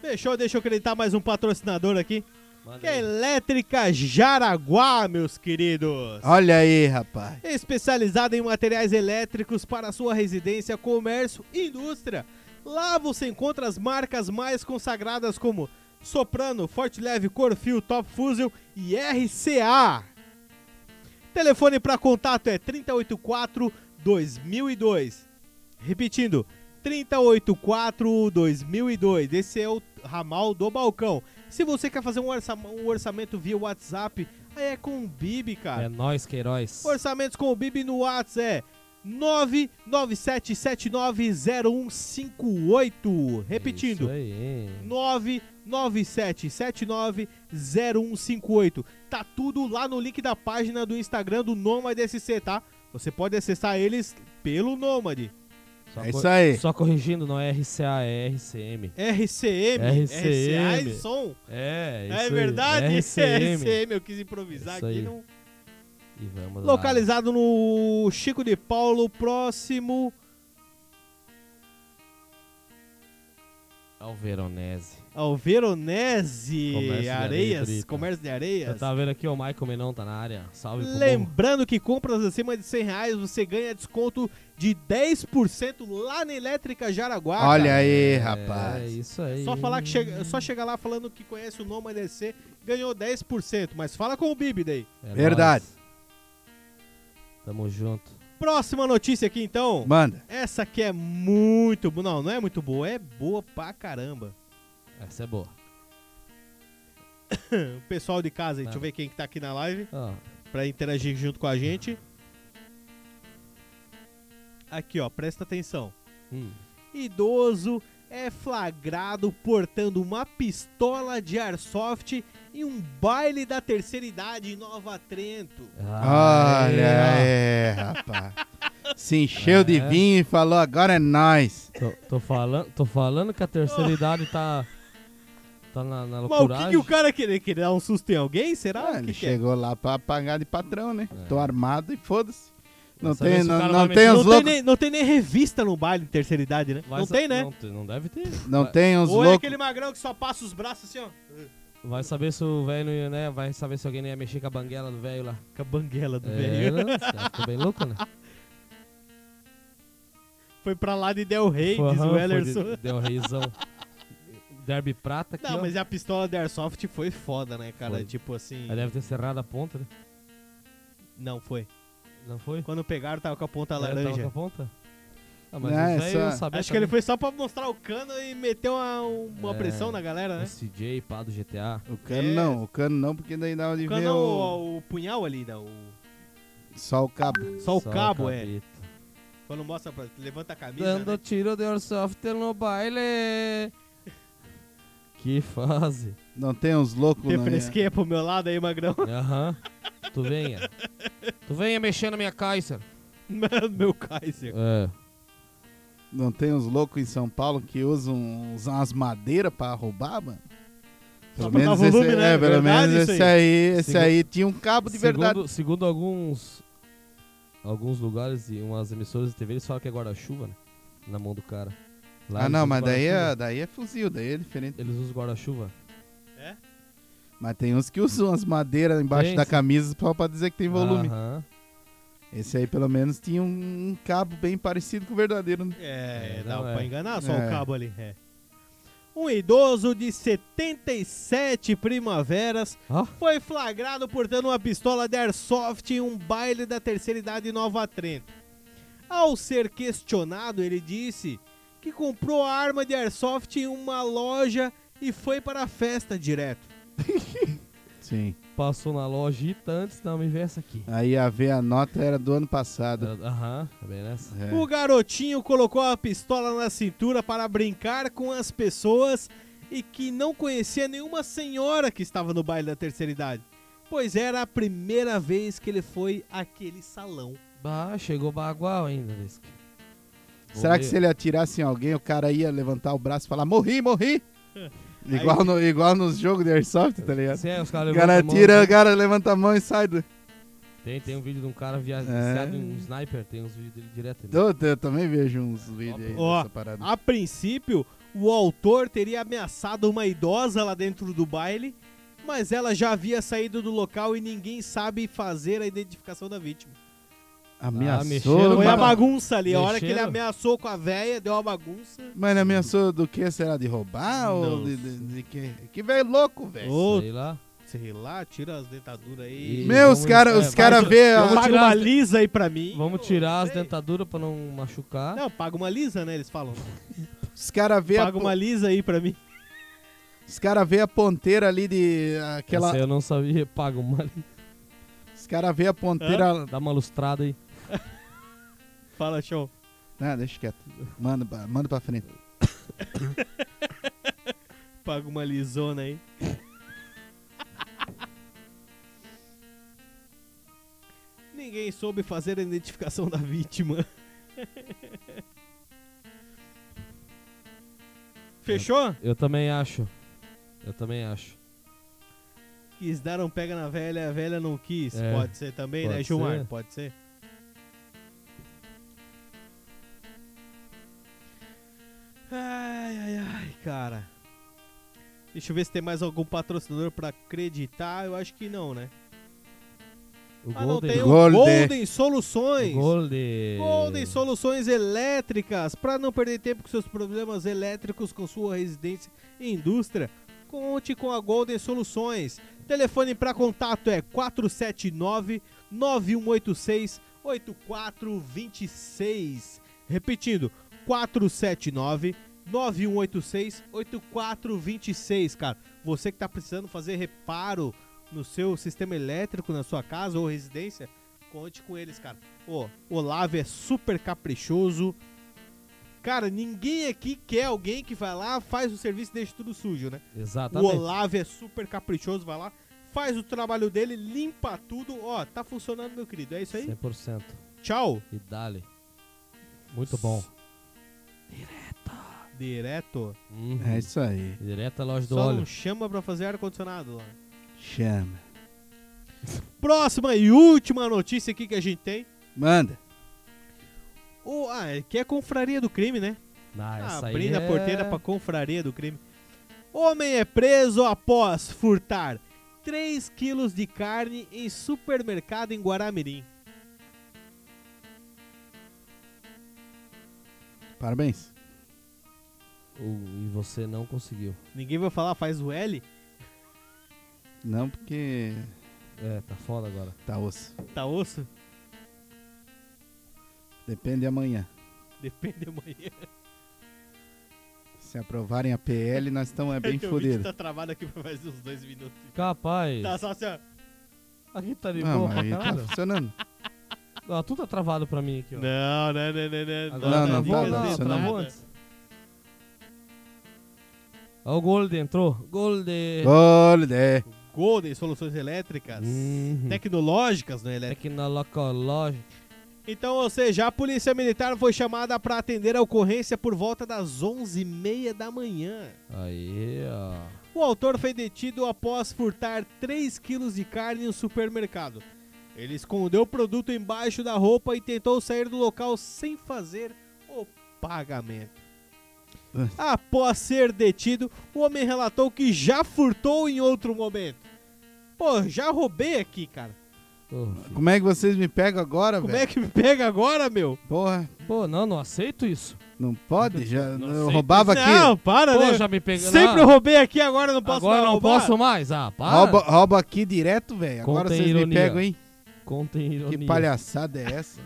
Fechou, deixa eu acreditar mais um patrocinador aqui.
Manda
Que é
aí.
Elétrica Jaraguá, meus queridos.
Olha aí, rapaz.
especializada em materiais elétricos para sua residência, comércio e indústria. Lá você encontra as marcas mais consagradas como Soprano, Forte Leve, Corfil, Top Fusil e RCA. Telefone para contato é 384 2002. Repetindo, 384 2002. Esse é o ramal do balcão. Se você quer fazer um, orçam- um orçamento via WhatsApp, aí é com o Bibi, cara.
É nós, Queiroz.
Orçamentos com o Bibi no Whats é 997790158. Repetindo.
É Isso aí, hein?
997790158. Tá tudo lá no link da página do Instagram do Nomad SC, tá? Você pode acessar eles pelo Nomad.
Só
Tá
É
co-
isso aí.
Só corrigindo, não é RCA, é RCM.
RCM,
RCM.
RCA e som.
É, isso
É
aí,
verdade?
RCM.
RCM, eu quis improvisar
Isso
aqui,
aí.
não
E vamos lá.
Localizado no Chico de Paulo, próximo
Ao Veronese.
ao Veronese
Comércio de areia
Areias,
frita.
Comércio de Areias.
Eu tava tá vendo aqui, o Michael Menon tá na área. Salve pro morro.
Lembrando que compras acima de 100 reais você ganha desconto de 10% lá na Elétrica Jaraguá.
Olha
cara.
aí,
É
rapaz.
isso aí.
Só falar que chega, só chegar lá falando que conhece o Noma DC, ganhou 10%, mas fala com o Bibi daí.
É
Verdade.
nóis. Tamo junto.
Próxima notícia aqui então.
Manda.
Essa aqui é muito boa. Não, não é muito boa, é boa pra caramba.
Essa é boa.
O pessoal de casa aí, deixa eu ver quem que tá aqui na live
Ó,
pra interagir junto com a gente. Aqui, ó, presta atenção.
hum,
Idoso é flagrado portando uma pistola de airsoft em um baile da terceira idade em Nova Trento.
Ah,
Olha
é,
aí, rapaz. Se encheu de
É.
vinho e falou, agora é nóis.
ó. Tô, tô falando, tô falando que a terceira idade tá. Tá na, na
Mas o
loucuragem.
que, que o cara queria? Queria dar um susto em alguém? Será? O
Ah,
que
ele
que é?
chegou lá pra pagar de patrão, né? Tô armado e foda-se.
Tá
Não
saber
tem,
se o
não,
cara
não
vai
tem
meter-
Não
os
tem,
loucos.
nem, não tem nem revista no baile de terceira idade, né?
Vai
não
sa-
tem, né?
Não, te- não deve ter.
Não tem os
Ou é
loucos.
aquele magrão que só passa os braços assim, ó.
Vai saber se o velho não ia, né? Vai saber se alguém não ia mexer com a banguela do velho lá.
Com a banguela do
É,
velho.
né? Ficou bem louco, né?
Foi pra lá de Del Rey,
Foi,
diz
aham,
o
foi
Ellerson.
de- Deu reizão. Derby prata aqui,
Não,
ó.
mas a pistola da Airsoft foi foda, né, cara?
Foi.
Tipo assim.
Aí deve ter cerrado a ponta, né?
Não foi.
Não foi?
Quando pegaram, tava com a ponta
Ele é- tava com
laranja.
a ponta? Ah, mas
Não,
o
é
velho
só-
não sabia
Acho que ele
também.
foi só pra mostrar o cano e meter uma, uma
É.
pressão na galera, né?
Esse DJ pá do GTA.
O cano não, o cano não, porque daí dá de
É. O cano,
ver o...
o, o punhal ali, não. o-
só o cabo.
Só o cabo, é.
cabito.
Quando mostra, pra, levanta a camisa.
Dando
né?
tiro de airsoft no baile. Que fase.
Não tem uns loucos,
Tem
não. né?
fresquinha pro meu lado aí, magrão.
Aham. Tu venha. Tu venha mexer na minha Kaiser.
meu Kaiser.
É.
Não tem uns loucos em São Paulo que usam, usam as madeiras pra roubar, mano?
Só pra dar volume,
esse,
né?
é, pelo
Verdade
menos
isso
esse
aí.
aí, esse
Segundo-
aí tinha um cabo de verdade.
Segundo, segundo alguns alguns lugares e umas emissoras de TV, eles falam né? que é guarda-chuva, né? Na mão do cara. Lá
Ah,
eles
não,
usam
mas daí é,
guarda-chuva.
daí é fuzil, daí é diferente.
Eles usam guarda-chuva.
Mas tem uns que usam as madeiras embaixo
Tem,
da
sim.
camisa só pra dizer que tem volume.
Aham.
Esse aí, pelo menos, tinha um, um cabo bem parecido com o verdadeiro, né?
É,
É,
dá
não,
pra
é.
enganar só o
É.
cabo ali. É. Um idoso de 77 primaveras
Ó.
foi flagrado portando uma pistola de airsoft em um baile da terceira idade em Nova Trento. Ao ser questionado, ele disse que comprou a arma de airsoft em uma loja e foi para a festa direto.
Sim.
Passou na lojita antes, não, me vê essa aqui.
Aí a ver a nota era do ano passado.
Era- Aham, tá bem nessa.
É.
O garotinho colocou a pistola na cintura para brincar com as pessoas e que não conhecia nenhuma senhora que estava no baile da terceira idade, pois era a primeira vez que ele foi àquele salão.
Bah, chegou bagual ainda, Lisca. Vou
Será
ler.
que se ele atirasse em alguém, o cara ia levantar o braço e falar: morri, morri? igual, no, igual nos jogos de Airsoft, tá ligado?
Se é, os caras
O cara
levantam a mão,
atira,
né?
o cara levanta a mão e sai do.
Tem, tem um vídeo de um cara via-
É.
viciado em um sniper, tem uns vídeos dele direto.
Então,
né?
Eu, eu também vejo uns vídeos aí
Ó,
dessa parada.
A princípio, o autor teria ameaçado uma idosa lá dentro do baile, mas ela já havia saído do local e ninguém sabe fazer a identificação da vítima.
Ameaçou.
Ah, mexeram
Foi a
Mano,
bagunça ali, a hora que ele
mexeram?
ameaçou com a véia, deu uma bagunça.
Mas ameaçou do que? Será de roubar? Ou
Não.
de, de- de que? Que velho louco, velho.
Ô,
Sei lá.
sei lá, tira as dentaduras aí.
E-
Meu,
vamos-
os caras
é,
os cara
vamos-
vê. a-
vamos-
Paga
tirar
uma
as-
lisa aí pra mim.
Vamos
Pô,
tirar as
sei.
dentaduras pra não machucar.
Não, paga uma lisa, né? Eles falam.
Os caras vê, a
Paga
po-
uma lisa aí pra mim.
os cara vê a ponteira ali de.
Tá
Aquela,
Essa aí eu não sabia, paga uma,
os caras vê a ponteira.
dá uma lustrada aí.
Fala, show.
Ah, deixa quieto. Manda, pra- manda pra frente.
Paga uma lisona aí. Ninguém soube fazer a identificação da vítima. Fechou?
Eu também acho. Eu também acho.
Quis dar um pega na velha, a velha não quis.
É.
Pode ser também, né,
Pode
Gilmar?
ser.
Pode ser. Ai, ai, ai, cara. Deixa eu ver se tem mais algum patrocinador pra acreditar. Eu acho que não, né?
O
Ah, não,
Golden.
tem o
Golden.
Golden Soluções.
o Golden.
Golden Soluções Elétricas. Para não perder tempo com seus problemas elétricos com sua residência e indústria, conte com a Golden Soluções. Telefone para contato é 479 9186 8426. Repetindo, 479 9186 8426, cara. Você que tá precisando fazer reparo no seu sistema elétrico na sua casa ou residência, conte com eles, cara. Ô, Olavo é super caprichoso. Cara, ninguém aqui quer alguém que vai lá, faz o serviço e deixa tudo sujo, né?
Exatamente.
O Olavo é super caprichoso, vai lá, faz o trabalho dele, limpa tudo. Ó, tá funcionando, meu querido. É isso aí.
100%.
Tchau.
E dale. Muito bom.
Direto.
Uhum.
É isso aí.
Direto à loja do
Só um não
óleo.
chama pra fazer ar-condicionado lá.
Chama.
Próxima e última notícia aqui que a gente tem.
Manda.
O, ah, é que é confraria do crime, né?
Ah, essa aí
Abrindo
é-
a porteira pra confraria do crime. Homem é preso após furtar 3 quilos de carne em supermercado em Guaramirim.
Parabéns.
O- E você não conseguiu.
Ninguém vai falar, faz o L?
Não porque
É, tá foda agora.
tá osso.
Tá osso?
Depende amanhã.
Depende amanhã.
Se aprovarem a PL, nós estamos é bem
Meu vídeo
fodidos.
tá travado aqui pra fazer uns dois minutos.
Capaz.
Tá só assim, ó.
Aqui tá de
Não,
boa.
mas aí
pra
tá
caralho.
funcionando.
Ah, tudo tá travado pra mim aqui, ó.
Não, não, não, não, não.
Agora não,
dicas
tá,
travou,
não,
de
isso
travou
nada.
antes. Ó, o Golden entrou. Golden.
Olha,
Golden Soluções Elétricas.
Uhum.
Tecnológicas, não
É
elétricas.
Tecnolocológico.
Então, ou seja, a polícia militar foi chamada para atender a ocorrência por volta das 11h30 da manhã.
Aí, ó.
O autor foi detido após furtar 3 quilos de carne em um supermercado. Ele escondeu o produto embaixo da roupa e tentou sair do local sem fazer o pagamento. Após ser detido, o homem relatou que já furtou em outro momento. Pô, já roubei aqui, cara.
Ô, filho.
Como é que vocês me pegam agora,
Como
velho?
é que me pega agora, meu?
Porra,
Pô, não, não aceito isso.
não pode? Já,
Não
eu
sei.
roubava
Não,
aqui.
para,
Pô,
né?
já me pegou.
Sempre eu roubei aqui, agora não posso
Agora
mais
não
roubar.
posso mais. Ah, para.
Rouba, rouba aqui direto, velho. Agora
Contém
vocês me
ironia.
pegam, hein?
Contem ironia.
Que palhaçada é essa?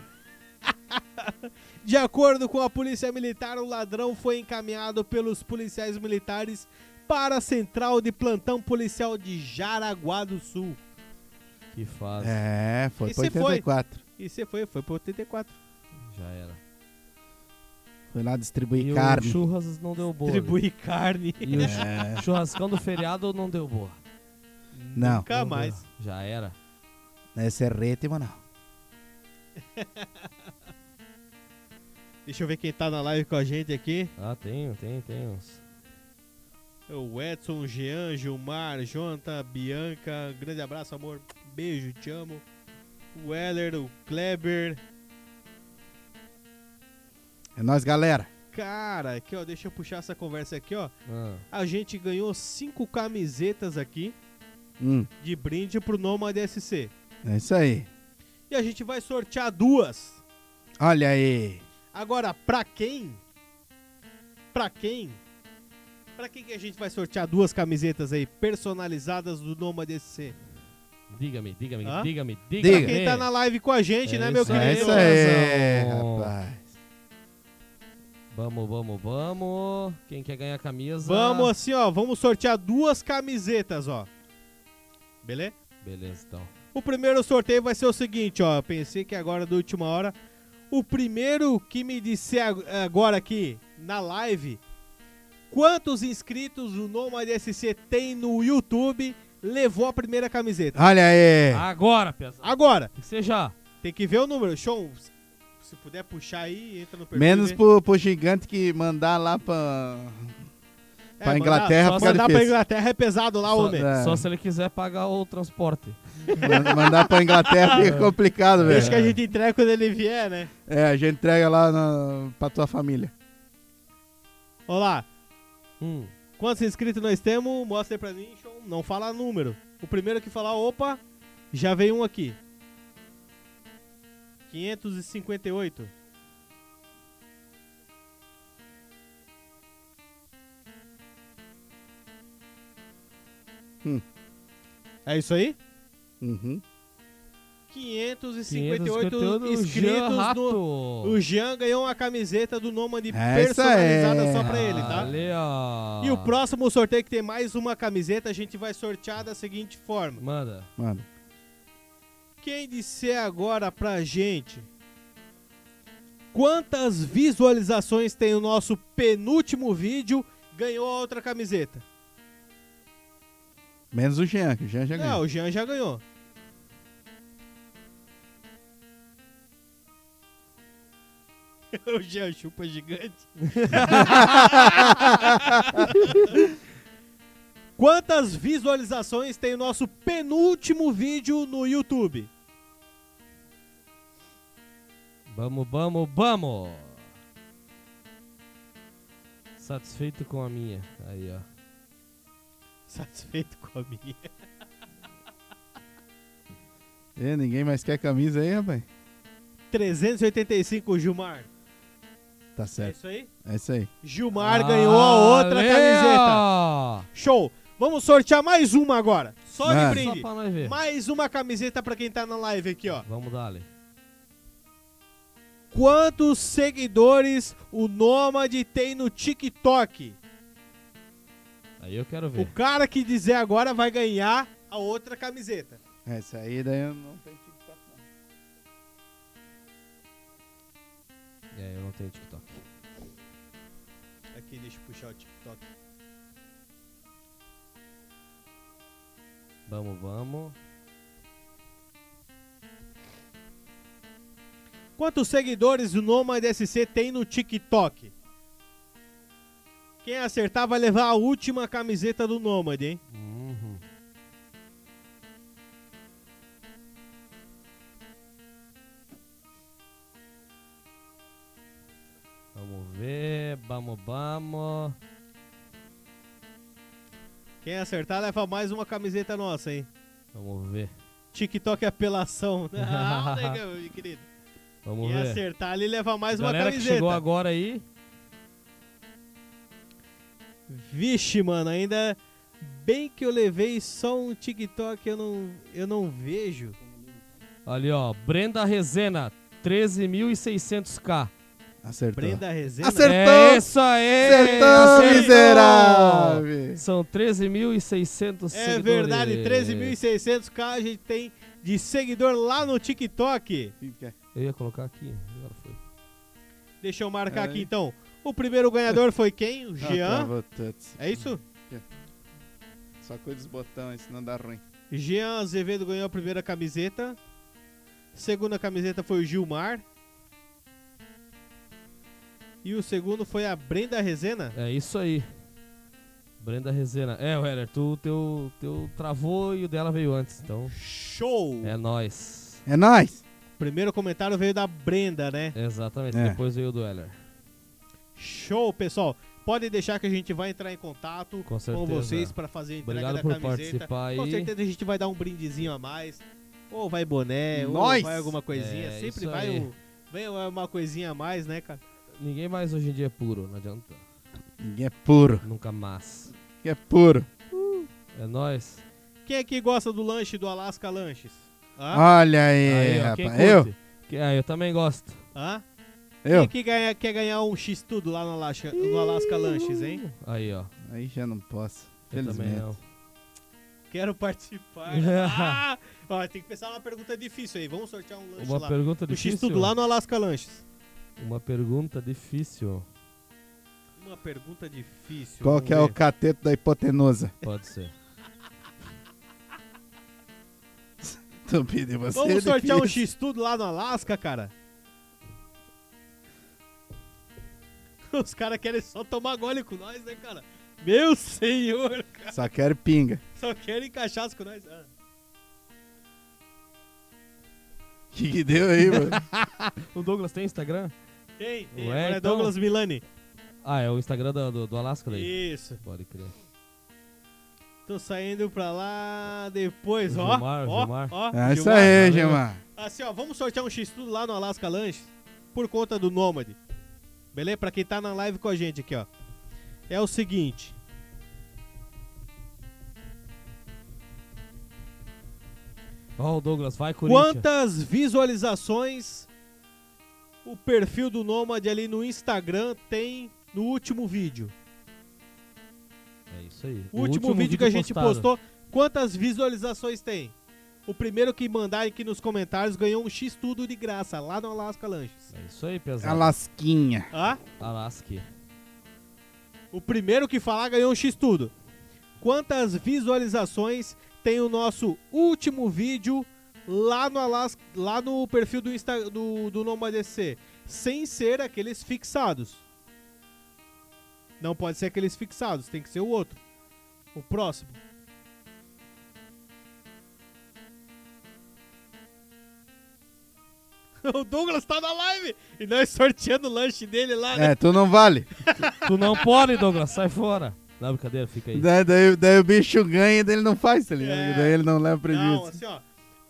De acordo com a polícia militar, o ladrão foi encaminhado pelos policiais militares para a central de plantão policial de Jaraguá do Sul.
Que fase.
É, foi
E
pra
se foi?
84. Foi,
E você foi, foi pro 84.
Já era.
lá distribuir
E o
carne. É.
churras não deu boa. velho.
Distribuir carne.
E o chu- churrascão do feriado não deu boa.
Não,
Nunca
Não
mais.
deu. Já era.
essa é rete, mano.
Deixa eu ver quem tá na live com a gente aqui.
Ah, tem, tem, tem uns.
É O Edson, Jean, Gilmar, Jonta, Bianca. Grande abraço, amor. Beijo, te amo. O Heller, o Kleber.
É nós, galera.
Cara, aqui ó, deixa eu puxar essa conversa aqui ó.
Ah,
A gente ganhou cinco camisetas aqui
Hum,
de brinde pro Noma DSC.
é isso aí.
E a gente vai sortear duas.
Olha aí.
Agora, pra quem? Pra quem? Pra quem que a gente vai sortear duas camisetas aí personalizadas do Noma DSC?
diga-me, diga-me,
Hã?
diga-me, diga-me.
Diga.
Pra quem tá na live com a gente,
É
né, meu
isso aí,
querido?
É isso aí, rapaz.
Vamos, vamos, vamos. Quem quer ganhar a camisa?
Vamos assim, ó. Vamos sortear duas camisetas, ó. Beleza?
Beleza, então.
O primeiro sorteio vai ser o seguinte, ó. Eu pensei que agora da última hora. O primeiro que me disser ag- agora aqui na live quantos inscritos o Noma DSC tem no YouTube levou a primeira camiseta.
Olha aí.
Ah,
Agora, pesado.
Agora,
Tem que ser já.
tem que ver o número. Show, se puder puxar aí, entra no perfil.
Menos
né?
pro, pro gigante que mandar lá pra,
É,
pra
mandar-
Inglaterra
Só
fica
mandar pra
difícil.
Inglaterra é pesado lá,
só,
homem.
É.
só se ele quiser pagar o transporte.
Man- Mandar pra Inglaterra fica complicado,
Deixa que a
velho.
gente entrega quando ele vier, né?
É, a gente entrega lá na, pra tua família.
Olha lá.
Hum.
Quantos inscritos nós temos? Mostra aí pra mim. show. Não fala número. O primeiro que falar, opa, já veio um aqui. 558.
Hum.
É isso aí?
Uhum.
558,
558 Jean
inscritos
Rato.
no... O Jean ganhou uma camiseta do Nomad
Essa
personalizada
é.
só pra ele, tá?
Ali, ó.
E o próximo sorteio que tem mais uma camiseta, a gente vai sortear da seguinte forma.
Manda.
Mano,
Quem disser agora pra gente quantas visualizações tem o nosso penúltimo vídeo, ganhou a outra camiseta.
menos o Jean, que o Jean já
Não,
ganhou.
o Jean já ganhou. o Jean chupa gigante. Quantas visualizações tem o nosso penúltimo vídeo no YouTube?
Vamos, vamos, vamos. Satisfeito com a minha. Aí, ó.
Satisfeito com a minha.
Ê, ninguém mais quer camisa aí, rapaz.
385, Gilmar.
Tá
É
certo. Ah,
isso aí?
É isso aí.
Gilmar ganhou a outra
Ali,
camiseta.
ó.
Show! Vamos sortear mais uma agora. Só
Mano.
de brinde.
Só pra nós ver.
Mais uma camiseta pra quem tá na live aqui, ó.
Vamos dar ali.
Quantos seguidores o Nômade tem no TikTok?
Aí eu quero
O
ver.
cara que dizer agora vai ganhar a outra camiseta.
É isso aí, daí eu não tem TikTok. não.
É, eu não tenho TikTok.
Aqui, deixa eu puxar o TikTok.
Vamos, vamos.
Quantos seguidores o Nômade SC tem no TikTok? Quem acertar vai levar a última camiseta do Nômade, hein?
Uhum. Vamos ver. ver. Vamos, vamos.
Quem acertar leva mais uma camiseta nossa, hein?
Vamos ver.
TikTok é apelação. Não, negão, meu querido.
Vamos
Quem
ver.
acertar ali leva assim, mais
Galera
uma
que chegou
camiseta.
agora aí.
Vixe, mano, ainda bem que eu levei só um TikTok, eu não, eu não vejo.
Então. Ali, ó. Brenda Rezena, 13.600k.
Acertou.
Brenda Rezende.
Acertou!
É isso aí!
Acertou,
acertou!
miserável!
São 13.600
É
seguidores.
verdade, 13.600k a gente tem de seguidor lá no TikTok.
Eu ia colocar aqui, agora foi.
Deixa eu marcar
É,
Ai.
aqui então. O primeiro ganhador foi quem?
Ah,
Ah,
O
tá,
Jean. É isso?
Só cuida os botões, senão dá ruim.
Jean Azevedo ganhou a primeira camiseta. Segunda camiseta foi o Gilmar. E o segundo foi a Brenda Rezena.
É isso aí. Brenda Rezena. É, Heller, tu teu, teu travou e o dela veio antes, então
Show!
é nóis.
É nóis!
Primeiro comentário veio da Brenda, né?
Exatamente,
É.
depois veio o do Heller.
Show, pessoal. Pode deixar que a gente vai entrar em contato
Com
com,
certeza.
vocês para fazer a entrega
Obrigado
da
por
camiseta.
participar aí.
Com certeza a gente vai dar um brindezinho a mais. Ou vai boné, ou
Nós!
vai alguma coisinha.
É,
Sempre
isso
vai
aí.
um- vem uma coisinha a mais, né, cara?
Ninguém mais hoje em dia é puro, não adianta.
Ninguém é puro,
Nunca mais.
ninguém é puro.
É nóis.
Quem é que gosta do lanche do Alaska Lanches? Hã?
Olha aí,
Aí, ó, quem
É, rapaz.
curte? Que- ah, eu também gosto.
Hã?
Eu,
Quem
Ah,
é
eu.
que ganha- quer ganhar um X tudo lá no Alaska, no Alaska Lanches, hein?
Aí, ó.
Aí já não posso.
Eu também
Felizmente.
não.
Quero participar. ah! Ó, tem que pensar uma pergunta difícil aí. Vamos sortear um lanche
Uma
lá.
pergunta
O X
difícil.
tudo lá no Alaska Lanches.
Uma pergunta difícil.
Uma pergunta difícil.
Qual
vamos
que é o
ver.
cateto da hipotenusa?
Pode ser.
Tu pediu você.
Vamos
é
sortear um
difícil.
X tudo lá no Alasca, cara. Os caras querem só tomar gole com nós, né, cara? Meu senhor, cara.
Só quero pinga.
Só querem cachaça com nós. Ah,
Que que deu aí, mano?
O Douglas tem Instagram?
Tem, tem.
Ué,
Agora é
então.
Douglas Milani.
Ah, é o Instagram do, do, do Alasca daí.
Isso.
Pode crer.
Tô saindo pra lá depois,
O
ó.
Gilmar,
ó,
Gilmar.
ó,
É isso
Gilmar.
aí,
valeu.
Gemar.
Assim, ó, vamos sortear um X-Tudo lá no Alaska Lanches por conta do Nômade. Beleza? Pra quem tá na live com a gente aqui, ó. É o seguinte.
Ó, o Douglas, vai, Corinthians.
Quantas visualizações o perfil do Nômade ali no Instagram tem no último vídeo?
É isso aí.
O último, vídeo que a gente postou, quantas visualizações tem? O primeiro que mandar aqui nos comentários ganhou um X-Tudo de graça lá no Alaska Lanches.
É isso aí, pesado.
Alasquinha.
Ah?
Alasque.
O primeiro que falar ganhou um X tudo. Quantas visualizações tem o nosso último vídeo lá no Alaska, lá no perfil do Insta, do, do Nômade DC, sem ser aqueles fixados. Não pode ser aqueles fixados, tem que ser o outro. O próximo. O Douglas tá na live e nós sorteando o lanche dele lá, né?
É, tu não vale.
tu não pode, Douglas, sai fora. Não, brincadeira, fica aí.
Daí, daí, daí o bicho ganha e daí ele não faz, tá ligado?
É.
Daí ele não leva
Não,
prejuízo.
assim, ó.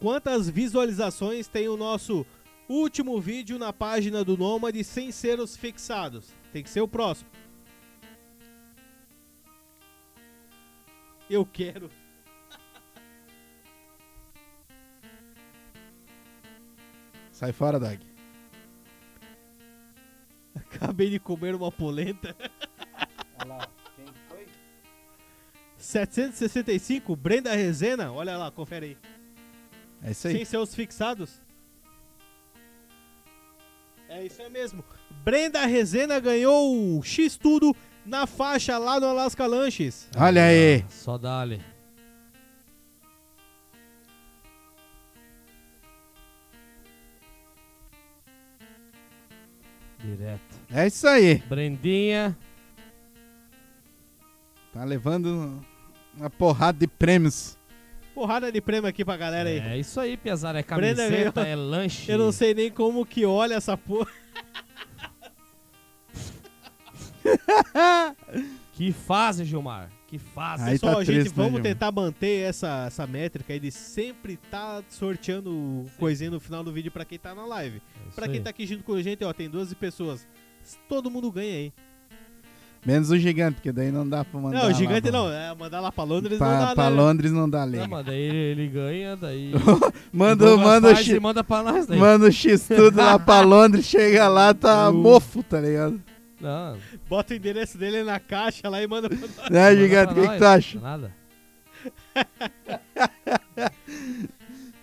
Quantas visualizações tem o nosso último vídeo na página do Nômade sem ser os fixados? Tem que ser o próximo. Eu quero.
Sai fora, Dag.
Acabei de comer uma polenta. 765, Brenda Rezena. Olha lá, confere aí.
É isso
Sem
aí.
ser os fixados. É isso aí mesmo. Brenda Rezena ganhou o X Tudo na faixa lá no Alaska Lanches.
Olha aí.
Ah, Só dá-lhe. Direto.
É isso aí.
Brendinha.
Tá levando uma porrada de prêmios.
Porrada de prêmio aqui pra galera aí.
É isso aí, pesado. É
Brenda
camiseta,
ganhou.
é lanche.
Eu não sei nem como que olha essa porra.
Que fase, Gilmar. Que fase. É
Aí
Pessoal,
tá
gente,
triste, né,
vamos
Gilmar?
tentar manter essa, essa métrica. Ele sempre tá sorteando coisinha no final do vídeo pra quem tá na live.
É isso
Pra quem
aí.
tá aqui junto com a gente, ó, tem 12 pessoas. Todo mundo ganha aí.
Menos o gigante, porque daí não dá pra mandar.
não,
lá
o gigante
pra-
não. É, mandar lá pra Londres
pra,
não dá,
pra
né?
Londres não dá liga.
Não, mas daí ele, ele ganha, daí.
manda,
Douglas
manda, o
Paz,
X-
ele manda pra nós daí.
manda o X tudo lá pra Londres, chega lá, tá mofo, tá ligado?
Não,
Bota o endereço dele na caixa lá e manda pra nós.
Né,
manda
gigante? O
pra
que, que
nós,
tu acha?
Nada.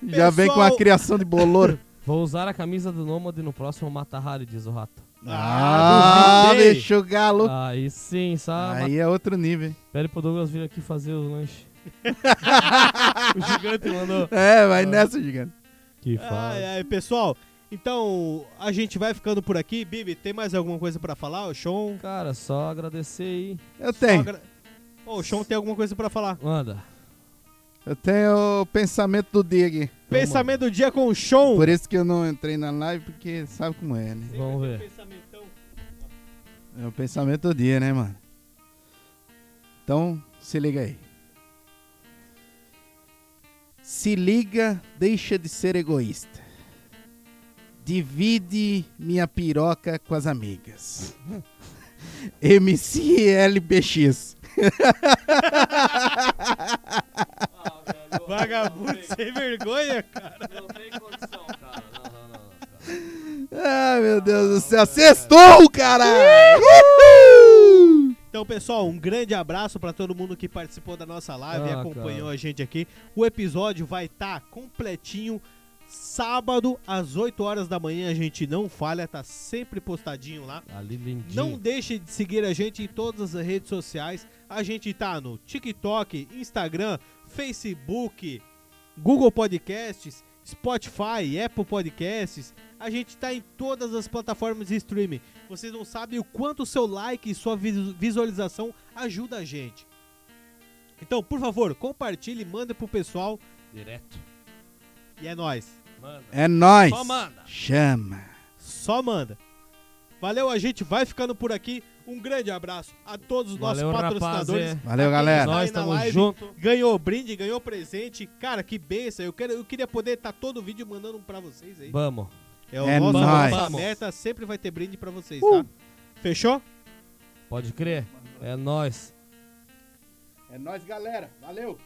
Já vem com a
Pessoal-
criação de bolor.
Vou usar a camisa do Nômade no próximo Mata Hari, diz o rato.
Ah,
duvidei.
deixa o galo.
Aí sim, sabe?
Aí é outro nível. hein?
Pede pro Douglas vir aqui fazer os lanches. o gigante mandou. Ah, é.
É, vai nessa, gigante.
Que
Ai,
fase.
ai, pessoal. Então, a gente vai ficando por aqui. Bibi, tem mais alguma coisa pra falar? O Sean?
Cara, só agradecer aí.
Eu tenho.
Agra- Ô, o Sean tem alguma coisa pra falar.
Manda.
Eu tenho o pensamento do dia aqui.
Pensamento do dia com o Sean.
Por isso que eu não entrei na live, porque sabe como é, né?
Vamos ver.
É o pensamento do dia, né, mano? Então, se liga aí. Se liga, deixa de ser egoísta. Divide minha piroca com as amigas. MCLBX.
é.
Vagabundo sem vergonha, cara.
Não tem condição, cara. Não, não, não.
Ah, meu Deus do céu. Sextou, caralho! Uhul!
Então, pessoal, um grande abraço pra todo mundo que participou da nossa live e
Ah,
acompanhou a gente aqui. O episódio vai estar completinho sábado às 8 horas da manhã. A gente não falha, tá sempre postadinho lá.
Ali lindinho.
Não deixe de seguir a gente em todas as redes sociais. A gente tá no TikTok, Instagram, Facebook, Google Podcasts, Spotify, Apple Podcasts. A gente tá em todas as plataformas de streaming. Vocês não sabem o quanto o seu like e sua visu- visualização ajuda a gente. Então, por favor, compartilhe, manda pro pessoal
Direto.
e é nóis.
Manda.
É nóis!
Só manda.
Chama!
Só manda. Valeu, a gente vai ficando por aqui. Um grande abraço a todos os nossos
Valeu,
patrocinadores.
rapaz, é.
Valeu,
A quem
galera.
tá aí
Nós
na
tamo
live,
junto.
Ganhou brinde, ganhou presente. Cara, que benção. Eu, quero, eu queria poder estar todo o vídeo mandando um pra vocês aí.
Vamos.
É, o
É
nosso,
nóis. Uh.
nossa meta, sempre vai ter brinde pra vocês, tá? Fechou?
Pode crer. É nóis.
É nóis, galera! Valeu!